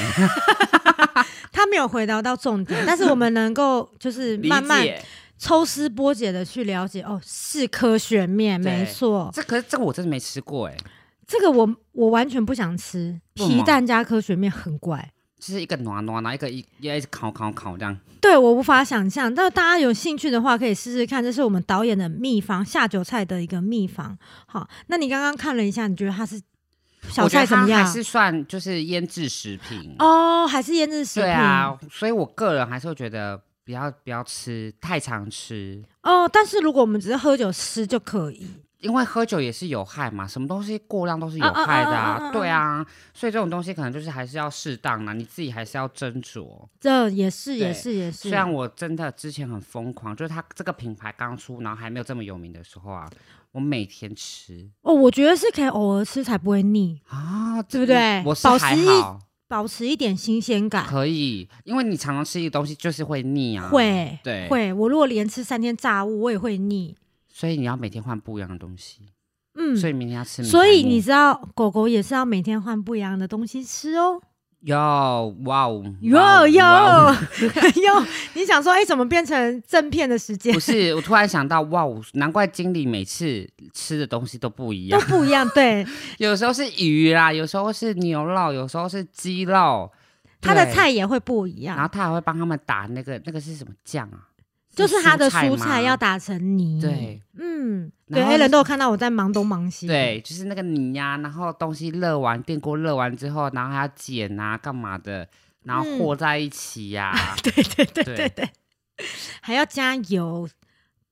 他没有回答到重点，但是我们能 够就是
理
慢慢
解。
抽丝剥茧的去了解，哦，是科学面，
对
没错，
这可是这个我真的没吃过哎、
这个我我完全不想吃，
为什么
皮蛋加科学面很怪。
就是一个暖暖，然后一个一要一直烤烤烤这样。
对，我无法想象。但大家有兴趣的话，可以试试看，这是我们导演的秘方，下酒菜的一个秘方。好，那你刚刚看了一下，你觉得它是小
我觉
菜
得
怎么
它
样
还？是算就是腌制食品。
哦，还是腌制食品。
对啊，所以我个人还是会觉得不要不要吃太常吃，
哦，但是如果我们只是喝酒吃就可以。
因为喝酒也是有害嘛，什么东西过量都是
啊
有
啊啊
害的
啊啊啊
啊。对啊，所以这种东西可能就是还是要适当啦，你自己还是要斟酌。
这也是，也
对
是，也是
虽。然我真的之前很疯狂，就是它这个品牌刚出，然后还没有这么有名的时候啊，我每天吃
哦，我觉得是可以偶尔吃才不会腻，
啊，
对不对
我是
保
还
持一
好，
保持一点新鲜感。
可以，因为你常常吃一个东西就是会腻啊，
会，
对，
会。我如果连吃三天炸物，我也会腻。
所以你要每天换不一样的东西，
嗯，
所以明天要吃米苔
所以
木
你知道，狗狗也是要每天换不一样的东西吃哦。
有哇哦哇
哟
哦
哟
哇哦
哟，你想说，哎、怎么变成正片的时间
不是，我突然想到哇哦，难怪经理每次吃的东西都不一
都
样，
不一样？对，
有时候是鱼啦，有时候是牛肉，有时候是鸡肉，
他的
对
菜也会不一
然后
样，
他还会帮他们打那个那个是什么酱啊？
就是他的
蔬
蔬
吗
菜要打成泥。
对，
嗯，对
然后
，A 人
就
都有看到我在忙东忙西。，
对，就是那个泥呀、然后东西热完，电锅热完之后，然后还要剪啊，干嘛的，然后
嗯
和在一起呀、
对对对对
对
对，还要加油，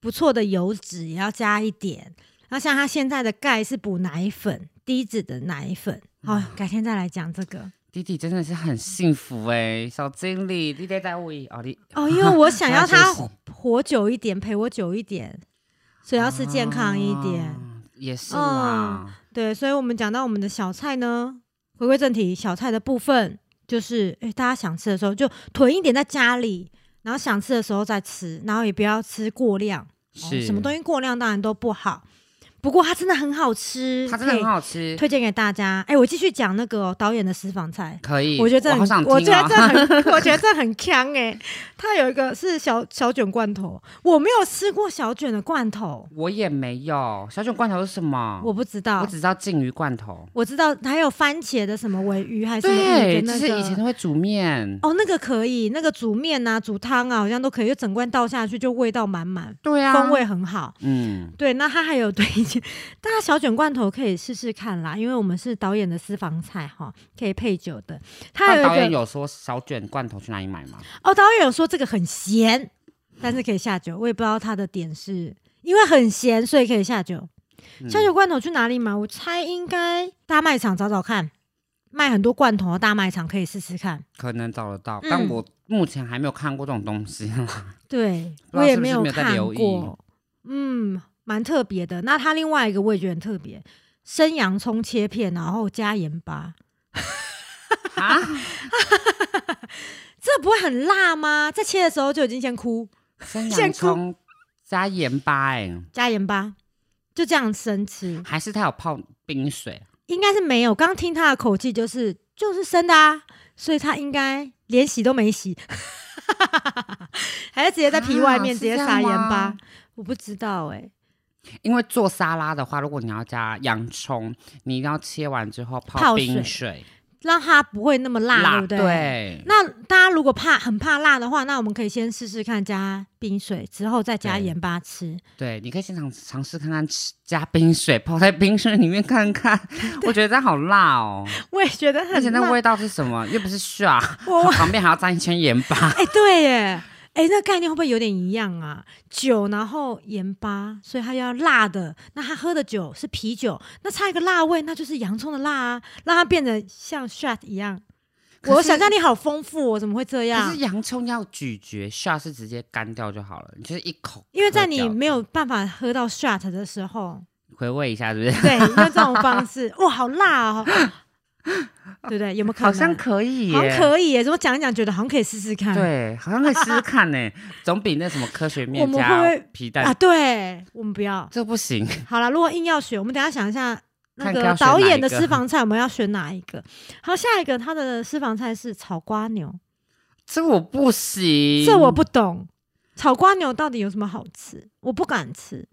不错的油脂也要加一点。那像他现在的钙是补奶粉，低脂的奶粉。好，改天再来讲这个。
弟弟真的是很幸福哎、小经理，弟弟在位哦，你
哦，因为我想要
还
他哦
要休息
活久一点，陪我久一点，所以要吃健康一点。
啊也
嗯
是啦。
对，所以我们讲到我们的小菜呢，回归正题，小菜的部分就是，诶，大家想吃的时候就囤一点在家里，然后想吃的时候再吃，然后也不要吃过量，哦
是、
什么东西过量当然都不好。不过它真的很好吃，
它真的很
可
好吃
以，推荐给大家。哎，我继续讲那个哦、导演的私房菜。
可以。
我觉得这
我
很，
好想听、哦、
我觉得这很， 我觉得这很强哎、它有一个是小小卷罐头，我没有吃过小卷的罐头，
我也没有。小卷罐头是什么？
我不知道
哦我。只知道鲭鱼罐头。
我知道还有番茄的什么尾鱼还是什么鱼
对，
的
就
那
是以前
个。
都会煮面。
哦，那个可以，那个煮面啊、煮汤啊，好像都可以，就整罐倒下去就味道满满，
对啊，
风味很好。
嗯，
对，那它还有推荐，大家小卷罐头可以试试看啦，因为我们是导演的私房菜哈，可以配酒的。它
但
有
导
一
演
个
有说小卷罐头去哪里买吗？
哦，导演有说这个很咸，但是可以下酒，我也不知道它的点是因为很咸，所以可以下酒。
嗯
下酒罐头去哪里买？我猜应该大卖场找找看，卖很多罐头的大卖场可以试试看。
可能找得到，
嗯
但我目前还没有看过这种 东西。
对，
不知道
我也
是不是
有
没有在
看
留意
过，嗯，蛮特别的。那它另外一个我也觉得很特别，生洋葱切片，然后加盐巴，
啊，
这不会很辣吗？在切的时候就已经先哭，
生
现
洋
哭
葱加盐巴、哎，
加盐巴，就这样生吃，
还是它有泡冰水？
应该是没有。刚听他的口气就是就是生的啊，所以他应该连洗都没洗， 还是直接在皮外面
啊
直接
是这样
撒盐巴
吗？
我不知道哎、
因为做沙拉的话，如果你要加洋葱，你一定要切完之后
泡
泡
水
冰水，
让它不会那么辣，对不对？
对
那大家如果怕很怕辣的话，那我们可以先试试看加冰水，之后再加
对
盐巴吃。
对，你可以现场尝试看看，吃加冰水泡在冰水里面看 看。我觉得这好辣哦，
我也觉得很辣，
而且那味道是什么？又 不是刷，
我
旁边还要沾一圈盐巴。
哎、对耶，哎、那概念会不会有点一样啊？酒然后盐巴，所以它要辣的。那他喝的酒是啤酒，那差一个辣味，那就是洋葱的辣啊，让它变得像 shot 一样。
可
我
是
想象力好丰富、哦，怎么会这
可
样
是？洋葱要咀嚼，shot 是直接干掉就好了，你就是一口，
因为在你没有办法喝到 shot 的时候，
回味一下，是不是？
对，用这种方式， 哇，好辣哦，对不对？有没有可能？
好像可以耶，
好像可以耶，怎么讲一讲，觉得好像可以试试看。
对，好像可以试试看呢，总比那什么科学
我
面
们会不
加
会
皮
啊，
蛋
对，我们不要。
这不行。
好了，如果硬要选，我们等一下想一下那
看看要
个
选
导
哪
演
一
的
个
私房菜，我们要选哪一个？好，下一个他的私房菜是炒瓜牛，
这我不行，
这我不懂，炒瓜牛到底有什么好吃？我不敢吃。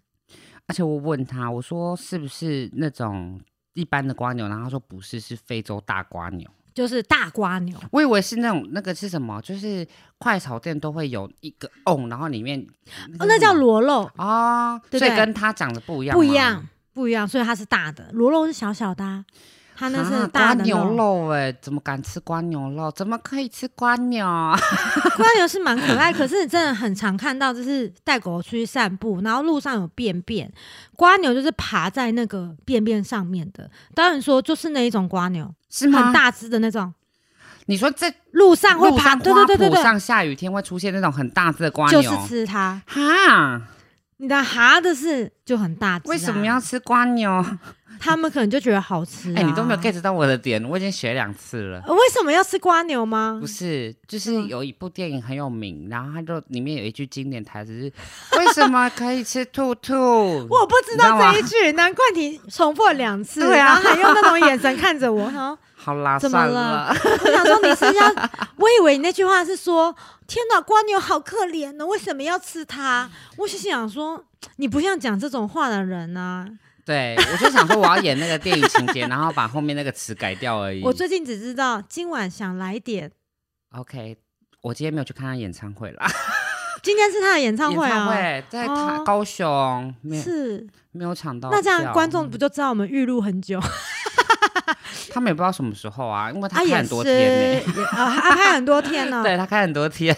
而且我问他，我说是不是那种一般的瓜牛？然后他说不是，是非洲大瓜牛。
就是大瓜牛，
我以为是那种那个是什么，就是快炒店都会有一个瓮，然后里面
哦，那叫螺肉，
哦，
对不
所以
对
跟他长得不一样，
不一样。，不一样，所以它是大的，螺肉是小小的啊、它那
啊
是大
瓜
的
牛
肉，
肉哎、怎么敢吃瓜牛肉？怎么可以吃瓜牛？
瓜牛是蛮可爱，可是真的很常看到，就是带狗出去散步，然后路上有便便，瓜牛就是爬在那个便便上面的。导演说就是那一种瓜牛，
是吗？
很大只的那种，
你说这
路上会
路
爬，
上
对
花
对对对
圃
对，
上下雨天会出现那种很大只的瓜
就
牛，
是吃它。
哈，
你的哈的是就很大只、啊，
为什么要？吃瓜牛？
他们可能就觉得好吃、啊。
哎、你都没有 get 到我的点，我已经学两次了。
呃为什么要吃瓜牛吗
不？是，就是是
嗯吗
有一部电影很有名，然后它就里面有一句经典台词是：“为什么可以吃兔兔
我不知道这一句，难怪你重复了两次，
对啊
然后还用那种眼神看着我，然后？”
好啦，
怎么
算
了
了，
我想说你是要， 我以为你那句话是说，天哪，瓜牛好可怜呢，为什么要吃它？我是想说，你不像讲这种话的人啊。
对我就想说我要演那个电影情节，然后把后面那个词改掉而已。
我最近只知道今晚想来点，
OK，我今天没有去看他演唱会啦，
今天是他的演唱会
演唱
啊，
会在他
哦
高雄，没有
是。
没有抢到票。
那这样观众不就知道我们预录很久？
他们也不知道什么时候啊，因为他
啊
开
也
很
是，
多天呢、
也啊他拍很多天呢。
对他开很多天，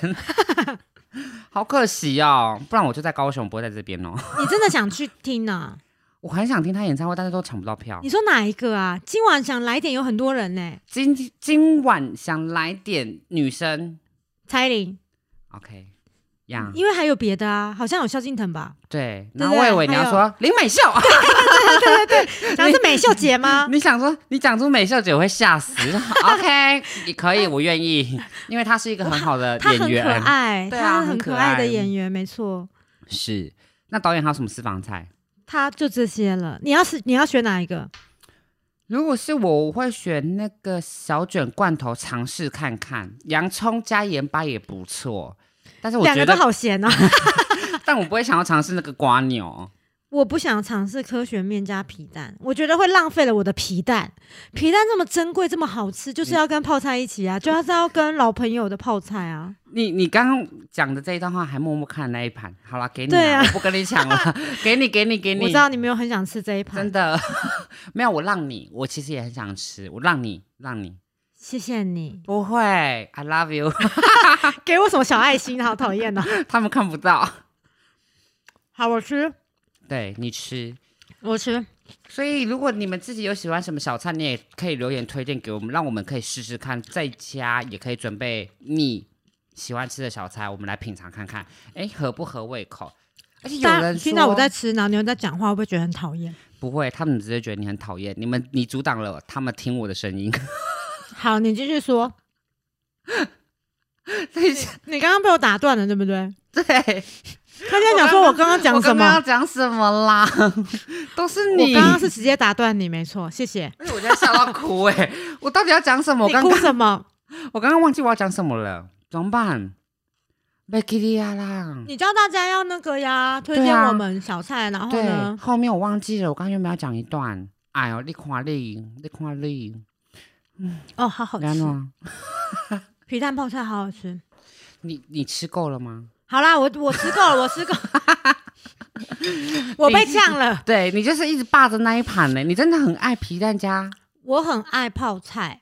好可惜哦，不然我就在高雄，不会在这边哦。
你真的想去听呢？
我很想听他演唱会，但是都抢不到票
你。说哪一个啊？今晚想来点有很多人呢，
今今晚想来点女生
蔡依林，
，OK，呀、
因为还有别的啊，好像有萧敬腾 吧？
对。
对
然后我以
对
为你要
还有
说林 美秀，
讲的是美秀姐吗？
你想说你讲出美秀姐我会吓死。OK，你可以，我愿意，因为她是一个很好 的
他
演
很可
员。
爱，
对啊
他
很
很
可
可爱的
爱
演员，没错，
是，那导演还有什么私房菜？
他就这些了。你要是你要选哪一个？
如果是我，我会选那个小卷罐头尝试看看，洋葱加盐巴也不错。但是我
两
觉
个都
得，
好咸哦。
但我不会想要尝试那个瓜牛。
我不想尝试科学面加皮蛋，我觉得会浪费了我的皮蛋。皮蛋这么珍贵，这么好吃，就是要跟泡菜一起 啊，就是要跟老朋友的泡菜啊。
你你刚刚讲的这一段话，还默默看那一盘。好了，给你
对
啦，
啊
我不跟你抢 了，给你，给你，给
我
你
知。道你没有很想吃这一
真
盘，
的 没有，我让你，我其实也很想吃，我让你，让你
谢谢你
不会，I love you，
给我什么小爱心，好讨厌哦。
他们看不到，
好，我吃，
对你吃。
我吃。
所以，如果你们自己有喜欢什么小菜，你也可以留言推荐给我们，让我们可以试试看，在家也可以准备你喜欢吃的小菜，我们来品尝看看，哎，合不合胃口？而且有
大
人
家
说
听到我在吃，然后你又在讲话，会不会觉得很讨厌？
不会，他们只是觉得你很讨厌，你们你阻挡了他们听我的 声音。
好，你继续说。 你刚刚被我打断了，对不对？
对，
他在讲说我刚刚讲
我
什
刚
么
刚要？讲什么 啦？都是
我
你。
刚刚是直接打断你，没错，谢谢。
而且我现在笑到哭哎、我到底要讲什么？我
你
刚
哭
刚
什么？
我刚刚忘记我要讲什么了，怎么办？被 Kitty 啦。
你教大家要那个呀，推
对
荐
啊
我们小菜，然后
对，
呢？
后面我忘记了，我刚刚原本要讲一段。哎呦，你看你，你看你，
哦，好好
然
吃，
后
皮蛋泡菜好好吃。
你你吃够了吗？
好啦，我我吃够了，我吃够， 我被呛了。
对你就是一直霸着那一盘呢，你真的很爱皮蛋加，
我很爱泡菜，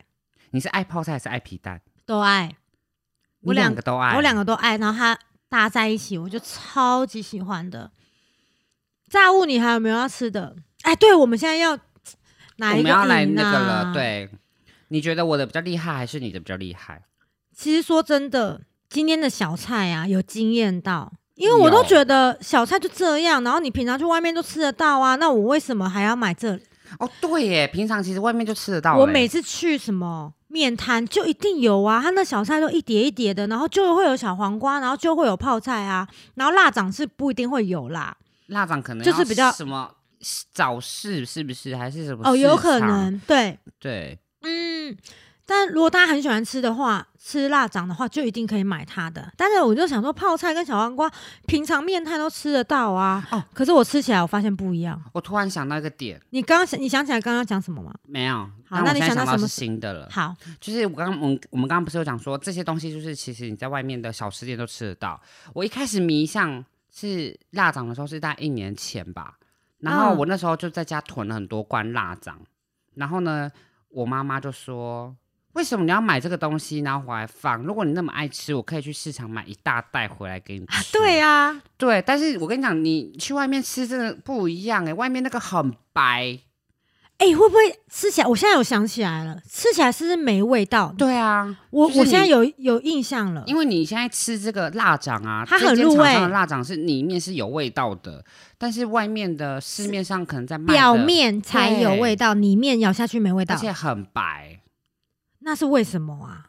你是爱泡菜还是爱皮蛋？
都爱，我
你
两
两个都爱，
我两个都爱，然后它搭在一起，我就超级喜欢的。炸物你还有没有要吃的？哎，对，我们现在要哪
我
一
们
个
要来
赢
那个
啊
了，对，你觉得我的比较厉害，还是你的比较厉害？
其实说真的，今天的小菜啊，有惊艳到，因为我都
有
觉得小菜就这样，然后你平常去外面都吃得到啊，那我为什么还要买这里？
哦，对耶，平常其实外面就吃得到嘞。
我每次去什么面摊就一定有啊，他那小菜都一碟一碟的，然后就会有小黄瓜，然后就会有泡菜啊，然后辣掌是不一定会有啦，
腊肠可能
就是
要
比较
什么早市是不是？还是什么？
哦，有可。能对，
对，
嗯。但如果大家很喜欢吃的话，吃辣掌的话就一定可以买它的。但是我就想说，泡菜跟小黄瓜，平常面摊都吃得到啊。
哦
可是我吃起来，我发现不一样。
我突然想到一个点，
你刚刚想，你想起来刚刚讲什么吗？
没有。
好
但
那
我
你
现在
想到
想到
什么
是新的了，
好，
就是我刚刚我们我们刚刚不是有讲说这些东西，就是其实你在外面的小吃店都吃得到。我一开始迷上是腊肠的时候是大概一年前吧，然后
嗯
我那时候就在家囤了很多罐腊肠，然后呢，我妈妈就说。为什么你要买这个东西，然后回来放？如果你那么爱吃，我可以去市场买一大袋回来给你吃。
对啊，
对，但是我跟你讲，你去外面吃真的不一样哎、外面那个很白。
哎、会不会吃起来？我现在有想起来了，吃起来是不是没味道的？
对啊，
我
就是
我现在
你
有有印象了，
因为你现在吃这个腊肠啊，
啊它
这
很
间
入
厂
味
商的腊肠是里面是有味道的，但是外面的市面上可能在卖的
表，面才有味道，里面咬下去没味
而
道，
且很白。
那是为什么啊？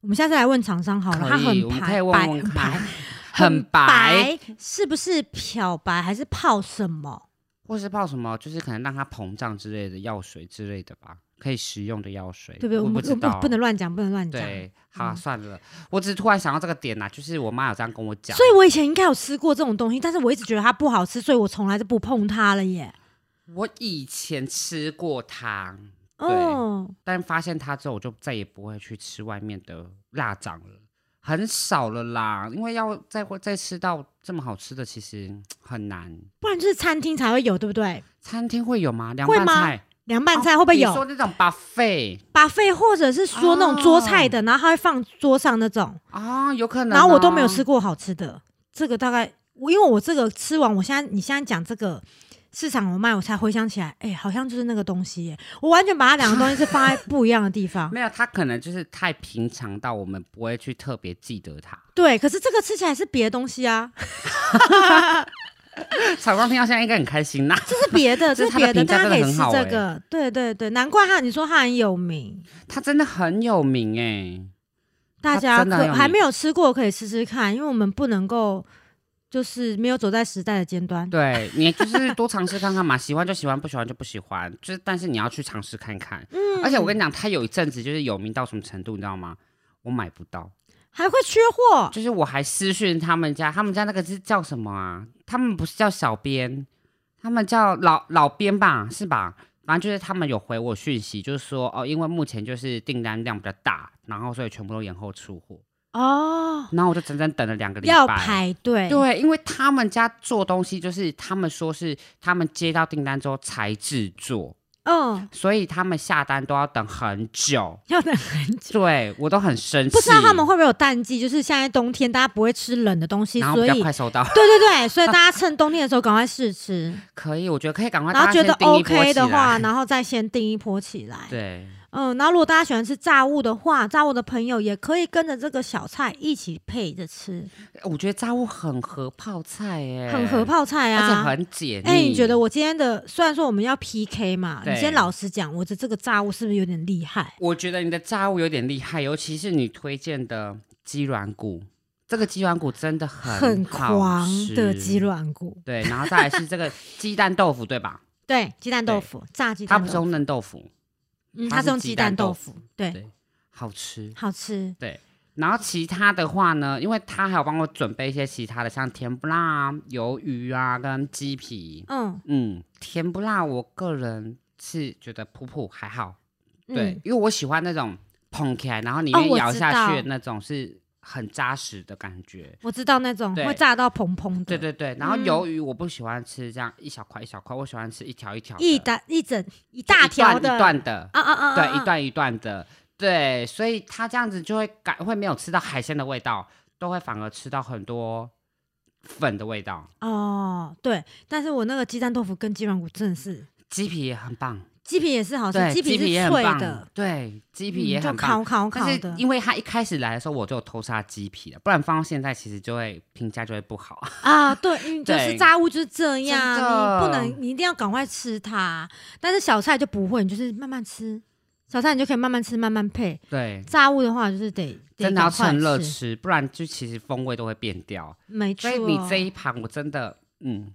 我们下次来问厂商好了，哦它
可以，
很
我们
白
可以问 问
白
看
白，
很白，
白，是不是漂白还是泡什么？
或是泡什么，就是可能让它膨胀之类的药水之类的吧，可以食用的药水。
对不对？我
我
们
不
我
知
们
道，
不能乱讲，不能乱讲。
对，好、
嗯
算了，我只是突然想到这个点呐、就是我妈有这样跟我讲，
所以我以前应该有吃过这种东西，但是我一直觉得它不好吃，所以我从来就不碰它了耶。
我以前吃过它，对
哦，
但发现它之后，我就再也不会去吃外面的辣肠了，很少了啦。因为要再会再吃到这么好吃的，其实嗯很难。
不然就是餐厅才会有，对不对？
餐厅会有吗？凉
会
拌
吗
菜
凉拌菜会不会有
哦、你说那种 buffet
把费，或者是说那种桌菜
哦
的，然后它会放桌上那种，
啊、有可能、
然后我都没有吃。过好吃的。这个大概我因为我这个吃完，我现在你现在讲这个市场有卖，我才回想起来，哎、好像就是那个东西耶。我完全把它两个东西是放在不一样的地方。
没有，它可能就是太平常到我们不会去特别记得它。
对，可是这个吃起来是别的东西啊，
厂商听到现在应该很开心啦。
这是别 的，这
这是
是
它的
别的，
评价
大家可以
真的
吃
很好欸
这个。对对对，难怪它，你说它很有名，
它真的很有名哎、
大
它
家
真的很
可
有
还
名
没有吃过可以吃吃看，因为我们不能够就是没有走在时代的尖端。
对你就是多尝试看看嘛，喜欢就喜欢，不喜欢就不喜欢，就是但是你要去尝试看看。
嗯
而且我跟你讲，他有一阵子就是有名到什么程度，你知道吗？我买不到，
还会缺货，
就是我还私讯他们家，他们家那个是叫什么啊？他们不是叫小编，他们叫老老编吧，是吧？反正就是他们有回我讯息，就是说哦，因为目前就是订单量比较大，然后所以全部都延后出货。
哦，
然后我就整整等了两个礼拜，
要排队，
对，因为他们家做东西就是他们说是他们接到订单之后才制作，
嗯，
所以他们下单都要等很久。
要等很 久。
对我都很生气，
不知道他们会不会有淡季，就是现在冬天大家不会吃冷的东西，
然后
所
比
以
较
对
快收到，
对对， 所以大家趁冬天的时候赶快试吃，
可以，我觉得可以赶快，
然后
大家
觉得
先订一波
OK 的
起
话，
来，
然后再先订一波起来。
对，
嗯，然后如果大家喜欢吃炸物的话，炸物的朋友也可以跟着这个小菜一起配着吃，
我觉得炸物很合泡菜耶，
很合、泡菜
而且
啊。
很解腻。
哎、你觉得我今天的虽然说我们要 PK 嘛，你
对
先老实讲，我的这个炸物是不是有点厉害？
我觉得你的炸物有点厉害，尤其是你推荐的鸡软骨，这个鸡软骨真的
很
很好
狂的
吃
鸡。软骨，
对，然后再来是这个鸡蛋豆腐，对吧？
对，鸡蛋豆腐，炸 鸡
它
蛋
不
豆
是
腐，
用嫩豆腐，
嗯，
它
它
是
是用
鸡
鸡
蛋
蛋
豆
豆腐，对，
对好吃。
好吃。
对，然后其他的话呢，因为他还有帮我准备一些其他的，像甜不辣、啊、鱿鱼啊，跟鸡皮。
嗯，
嗯，甜不辣我个人是觉得普普还好，
嗯
对，，因为我喜欢那种捧起来，然后里
哦
面
我
咬
知
下去
道
的那种是很扎实的感觉。
我知道那种
对
会炸到蓬蓬的，
对对对，然后
嗯
鱿鱼我不喜欢吃这样一小块一小块，我喜欢吃一条一条的，
一
就
大一整一
一
大条
段
的，
一段的，
啊啊啊啊，
对，
啊
一，段一段的，对，所以它这样子就会感会没有吃到海鲜的味道，都会反而吃到很多粉的味道。
哦，对，但是我那个鸡蛋豆腐跟鸡软骨真的是，
鸡皮也很棒，
鸡皮也是好吃，
对，
哦鸡
皮
是
也很
脆
棒
的，，
对，鸡
鸡
皮也很
就
棒。
烤烤烤
但是
的
因为他一开始来的时候，我就有偷杀鸡皮了，不然放到现在其实就会评价就会不好。
啊，对，嗯，就是
对
炸物就是这
真
样，
的
你不能，你一定要赶快吃它。但是小菜就不会，你就是慢慢吃，小菜你就可以慢慢吃，慢慢配。
对，
炸物的话就是得得
真的要
赶快
趁热
吃，
吃，不然就其实风味都会变掉。
没错。
所以你这一盘我真的，嗯，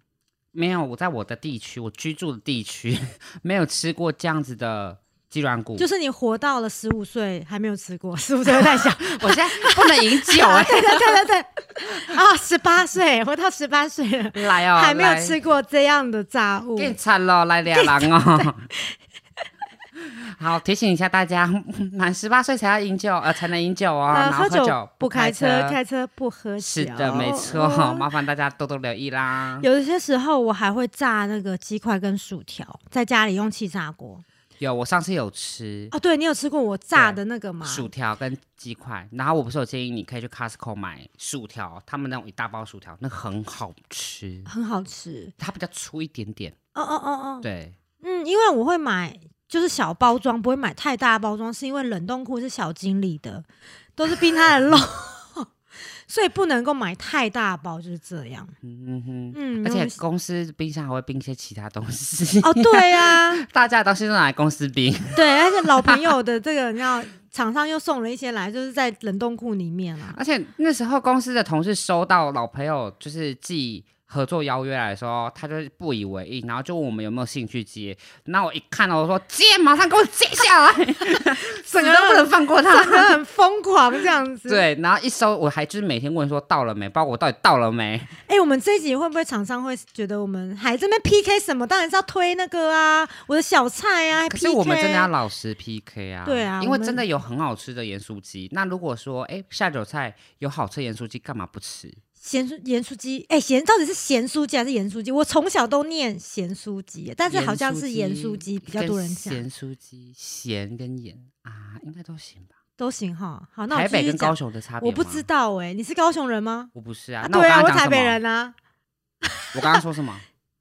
没有，我在我的地区，我居住的地区没有吃过这样子的鸡软骨，
就是你活到了十五岁还没有吃过，十五 岁太小，
我现在不能饮 酒哎、
对对对对对，啊，十八岁活到十八岁了，
来哦，
还没有
来
吃过这样的炸物。
更惨了，来俩狼哦。好，提醒一下大家，满十八岁才要饮酒，呃，才能饮酒哦。
呃，
然后
喝
酒
不开
车，
开车不喝酒。
是的，没错，
哦
麻烦大家多多留意啦。
有一些时候我还会炸那个鸡块跟薯条，在家里用气炸锅。
有，我上次有吃
哦，对你有吃过我炸的那个吗？
薯条跟鸡块，然后我不是有建议你可以去 Costco 买薯条，他们那种一大包薯条，那很好吃，
很好吃。
它比较粗一点点，
哦哦哦哦，
对，
嗯，因为我会买就是小包装，不会买太大包装，是因为冷冻库是小经理的，都是冰它 的肉，所以不能够买太大包，就是这样。
嗯哼。
嗯，
而
没有
且
关系
公司冰箱还会冰一些其他东西，
哦，对呀、啊，
大家的东西都拿来公司冰。
对，而且老朋友的这个，你知道，厂商又送了一些来，就是在冷冻库里面 啊。
而且那时候公司的同事收到老朋友就是寄合作邀约来的时候，他就是不以为意，然后就问我们有没有兴趣接。那我一看到我说接，马上给我接下来， 整个都不能放过
整个
他。
很疯狂这样子。，
对，然后一收，我还就是每天问说到了没，包括我到底到了没。
哎、我们这一集会不会厂商会觉得我们还这边 PK 什么？当然是要推那个啊，我的小菜啊。
可是我们
PK
真的要老实 PK 啊，
对啊
因
我
为
们
真的有很好吃的盐酥鸡。那如果说哎下酒菜有好吃的盐酥鸡，干嘛不吃？
咸酥盐酥鸡，哎、咸到底是咸酥鸡还是盐酥鸡？我从小都念咸酥鸡，但是好像是盐酥鸡比较多人讲，
咸酥鸡咸跟盐啊，应该都行吧。
都行哈。好，那我
台
继
北
续
跟
讲
高。雄的差别
我
吗
不知，道哎、你是高雄人吗？
我不是啊。那
对啊，
我
我
刚刚讲
台
什
北
么？
人啊。
我刚刚说什么？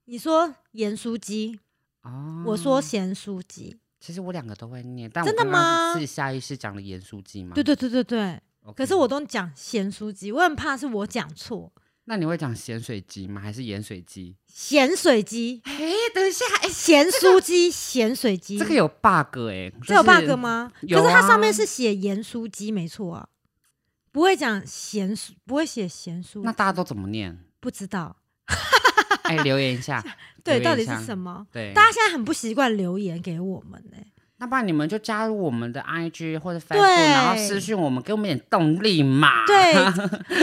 你说盐酥鸡，
哦，
我说咸酥鸡。
其实我两个都会念，但我
真的
刚刚
吗
是下意识讲的盐酥鸡吗？
对对对对对。
嗯 OK。
可是我都讲咸酥鸡，我很怕是我讲错
那你会讲咸水鸡吗？还是盐水鸡？
咸水鸡、
哎，等一下，哎，
咸酥鸡、咸水鸡，
这个有 bug 哎，
这有
就是
bug？吗？
有
可是它上面
啊
是写盐酥鸡，没错啊，不会讲咸酥，不会写咸酥，
那大家都怎么念？
不知道。
哎，留言一下
对
留言
到底
一下
是什？么。
对，
大家现在很不习惯留言给我们呢、
那不然你们就加入我们的 IG 或者 Facebook，
对
然后私讯我们，给我们点动力嘛。
对，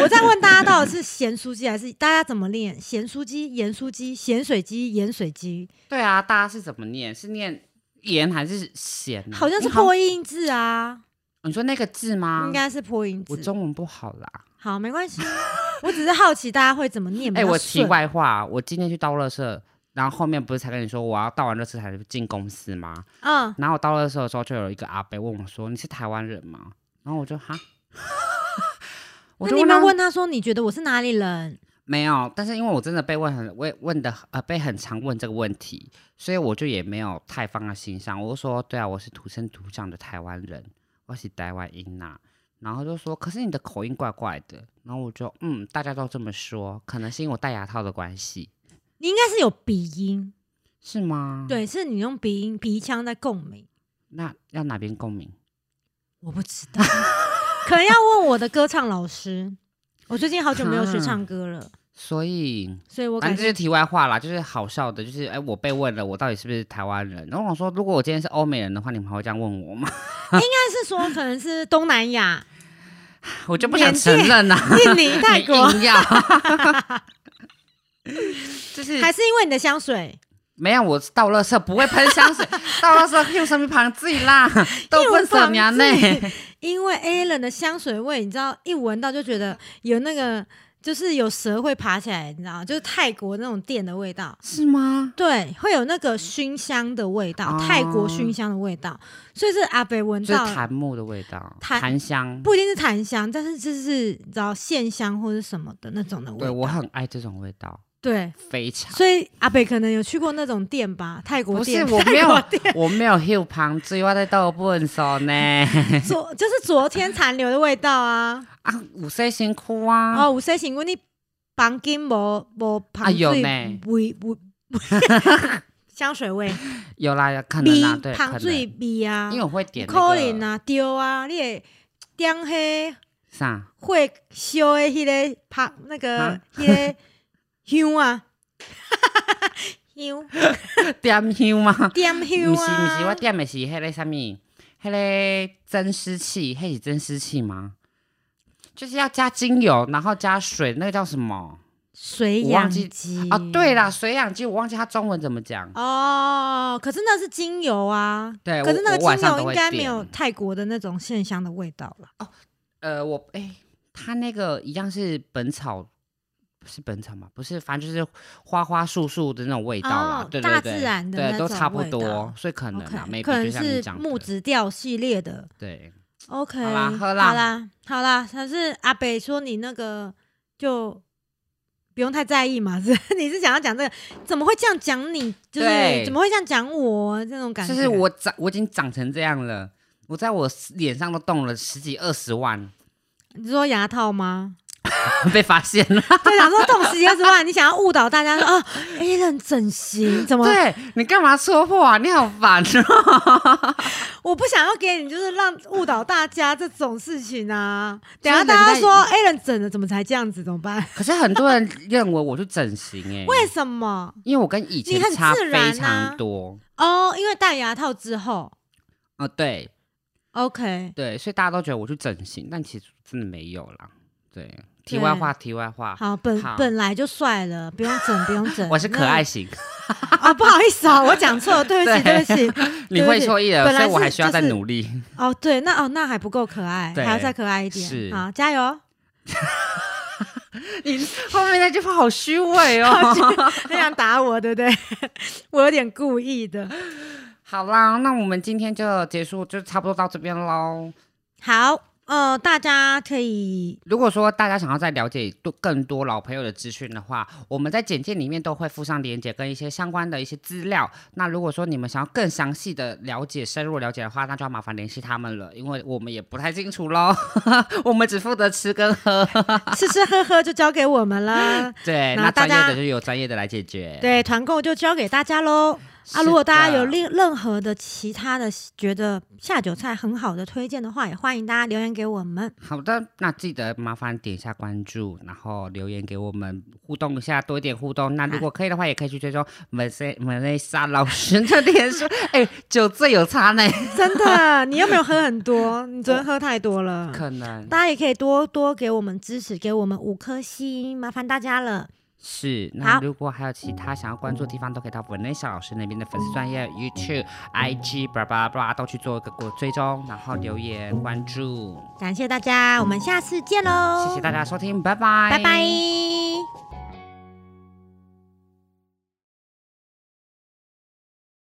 我在问大家到底是咸酥鸡还是大家怎么练咸酥鸡、盐酥鸡、咸水鸡、盐水鸡，
对啊，大家是怎么念？是念盐还是咸啊、
好像是
你好
破音字啊，
你说那个字吗？
应该是破音
我
字。
中文不好啦。
好，没关系， 我只是好奇大家会怎么念比
哎、
较顺。
我题外话，我今天去倒垃圾，然后后面不是才跟你说我要倒完垃圾才进公司吗？
嗯，
然后我倒垃圾的时候，就有一个阿伯问我说：“你是台湾人吗？”然后我就哈， 我
那
就
你有
问
没
他
有问他说你觉得我是哪里人？
没有，但是因为我真的被问很问问的呃被很常问这个问题，所以我就也没有太放在心上。我就说，对啊，我是土生土长的台湾人，我是台湾音呐、然后就说，可是你的口音怪怪的。然后我就嗯，大家都这么说，可能是因为我戴牙套的关系，
你应该是有鼻音，
是吗？，
对，是你用鼻音鼻腔在共鸣。
那要哪边共鸣？
我不知道， 可能要问我的歌唱老师。我最近好久没有学唱歌 了，
所以，
所以我
嗯反
感
正这是
觉
题外话啦，就是好笑的，就是哎，我被问了，我到底是不是台湾人？然后我说，如果我今天是欧美人的话，你们还会这样问我吗？
但是说可能是东南亚、
我就不想
缅
承
甸
认呐、
印尼、泰国，
你硬要， 就是
还是因为你的香水？
没有我倒垃圾不会喷香水，倒垃圾用什么旁自己 啦，都喷什么呢？
因为 Alan 的香水味，你知道，一闻到就觉得有那个，就是有蛇会爬起来，你知道，就是泰国那种店的味道。
是吗？
对，会有那个熏香的味道，
哦
泰国熏香的味道，所以是阿北闻
就是
到
檀木的味道，
檀
檀香。
不一定是檀香，但是就是你知道线香或者什么的那种的味
对
道。
我很爱这种味道，
对，
非常。
所以阿北可能有去过那种店吧，泰国
不
店，
是我
泰
没有
国店，
我没有 heel 旁追，我在倒笨手呢。
昨就是昨天残留的味道啊。
啊，有些辛苦啊。
哦，有说想问你房间无无
啊
旁
有
水
呢
味味 香水味，
有啦，可能
味
啦，对，可
旁
能。
水味啊
因为，我会点、那个、
可能啊，丢啊，你会点迄
啥？
会烧的迄个旁那个
啊
迄个香啊， 香
点香吗？
点
不
香
是
啊，
不是，我点的是迄个啥物？迄个增湿器，迄是增湿器吗？就是要加精油，然后加水，那个叫什么？
水
我忘
养
记
鸡
啊，对啦，水氧机，我忘记它中文怎么讲。
哦，可是那是精油啊，
对，
可是
我
那个
我晚
精油
上都
应
会
该
点。
没有泰国的那种线香的味道了。
呃，我哎、它那个一样是本草，不是本草嘛，不是，反正就是花花树树的那种味道啦，
哦
对
大
对
自
对，
然的那
对，都
种
差不
味道
多，所以可能啊
OK，
，maybe
可能
就像你
是
讲
木
的
质调系列的。
对，
OK，
好啦喝啦
好啦，好啦。可是阿北说你那个就不用太在意嘛，是 你是想要讲这个？怎么会这样讲你？就是
对
怎么会这样讲我？这种感觉，
就是我长我已经长成这样了，我在我脸上都动了十几二十万，
你说牙套吗？
被发现了。
对，想说动十几二十万，你想要误导大家说啊，A 人整形怎么？
对你干嘛戳破啊？你好烦哦！
我不想要给你，就是让误导大家这种事情啊。等一下
所以人
大家
在
说 A 人整的怎么才这样子，怎么办？
可是很多人认为我去整形哎、
为什么？
因为我跟以前
你很
差
自然
非
啊
常多。
哦，因为戴牙套之后
哦，对，
，OK，
对，所以大家都觉得我去整形，但其实真的没有啦。对，题外话，题外话，
好，本
好
本来就帅了，不用整，不用整。
我是可
那
爱型，
啊，不好意思啊，我讲错了，对不起，对
对
不起。
你会错意了，
本来
所以我
是
还需要
就
再
是
努 力。
哦，对，那哦，那还不够可爱，
对
还要再可爱一点。
是
好，加油！
后面那句话好虚伪哦。
很想打我，对不对？ 我有点故意的。
好啦，那我们今天就结束，就差不多到这边喽。
好，呃，大家可以
如果说大家想要再了解多更多老朋友的资讯的话，我们在简介里面都会附上连接跟一些相关的一些资料。那如果说你们想要更详细的了解、深入了解的话，那就要麻烦联系他们了，因为我们也不太清楚喽， 我们只负责吃跟喝。
吃吃喝喝就交给我们啦。
对，
那
那
大
专业
家
的就由专业的来解决。
对，团购就交给大家喽。啊，如果大家有
另
任任何的其他的觉得下酒菜很好的推荐的话，也欢迎大家留言给我们。
好的，那记得麻烦点一下关注，然后留言给我们互动一下，多一点互动。那如果可以的话，也可以去追踪 Melissa Melissa 老师的脸书。哎、酒醉有差呢，
真的，你有没有喝很多？你昨天喝太多了。
可能
大家也可以多多给我们支持，给我们五颗星，麻烦大家了。
是。
好
那如果还有其他想要关注的地方，都可以到 Vanessa 老师那边的粉丝专业 YouTube、IG、巴拉巴拉巴拉都去做一个过追踪，然后留言关注。
嗯感谢大家，我们下次见喽，
谢谢大家收听，拜拜，
拜拜。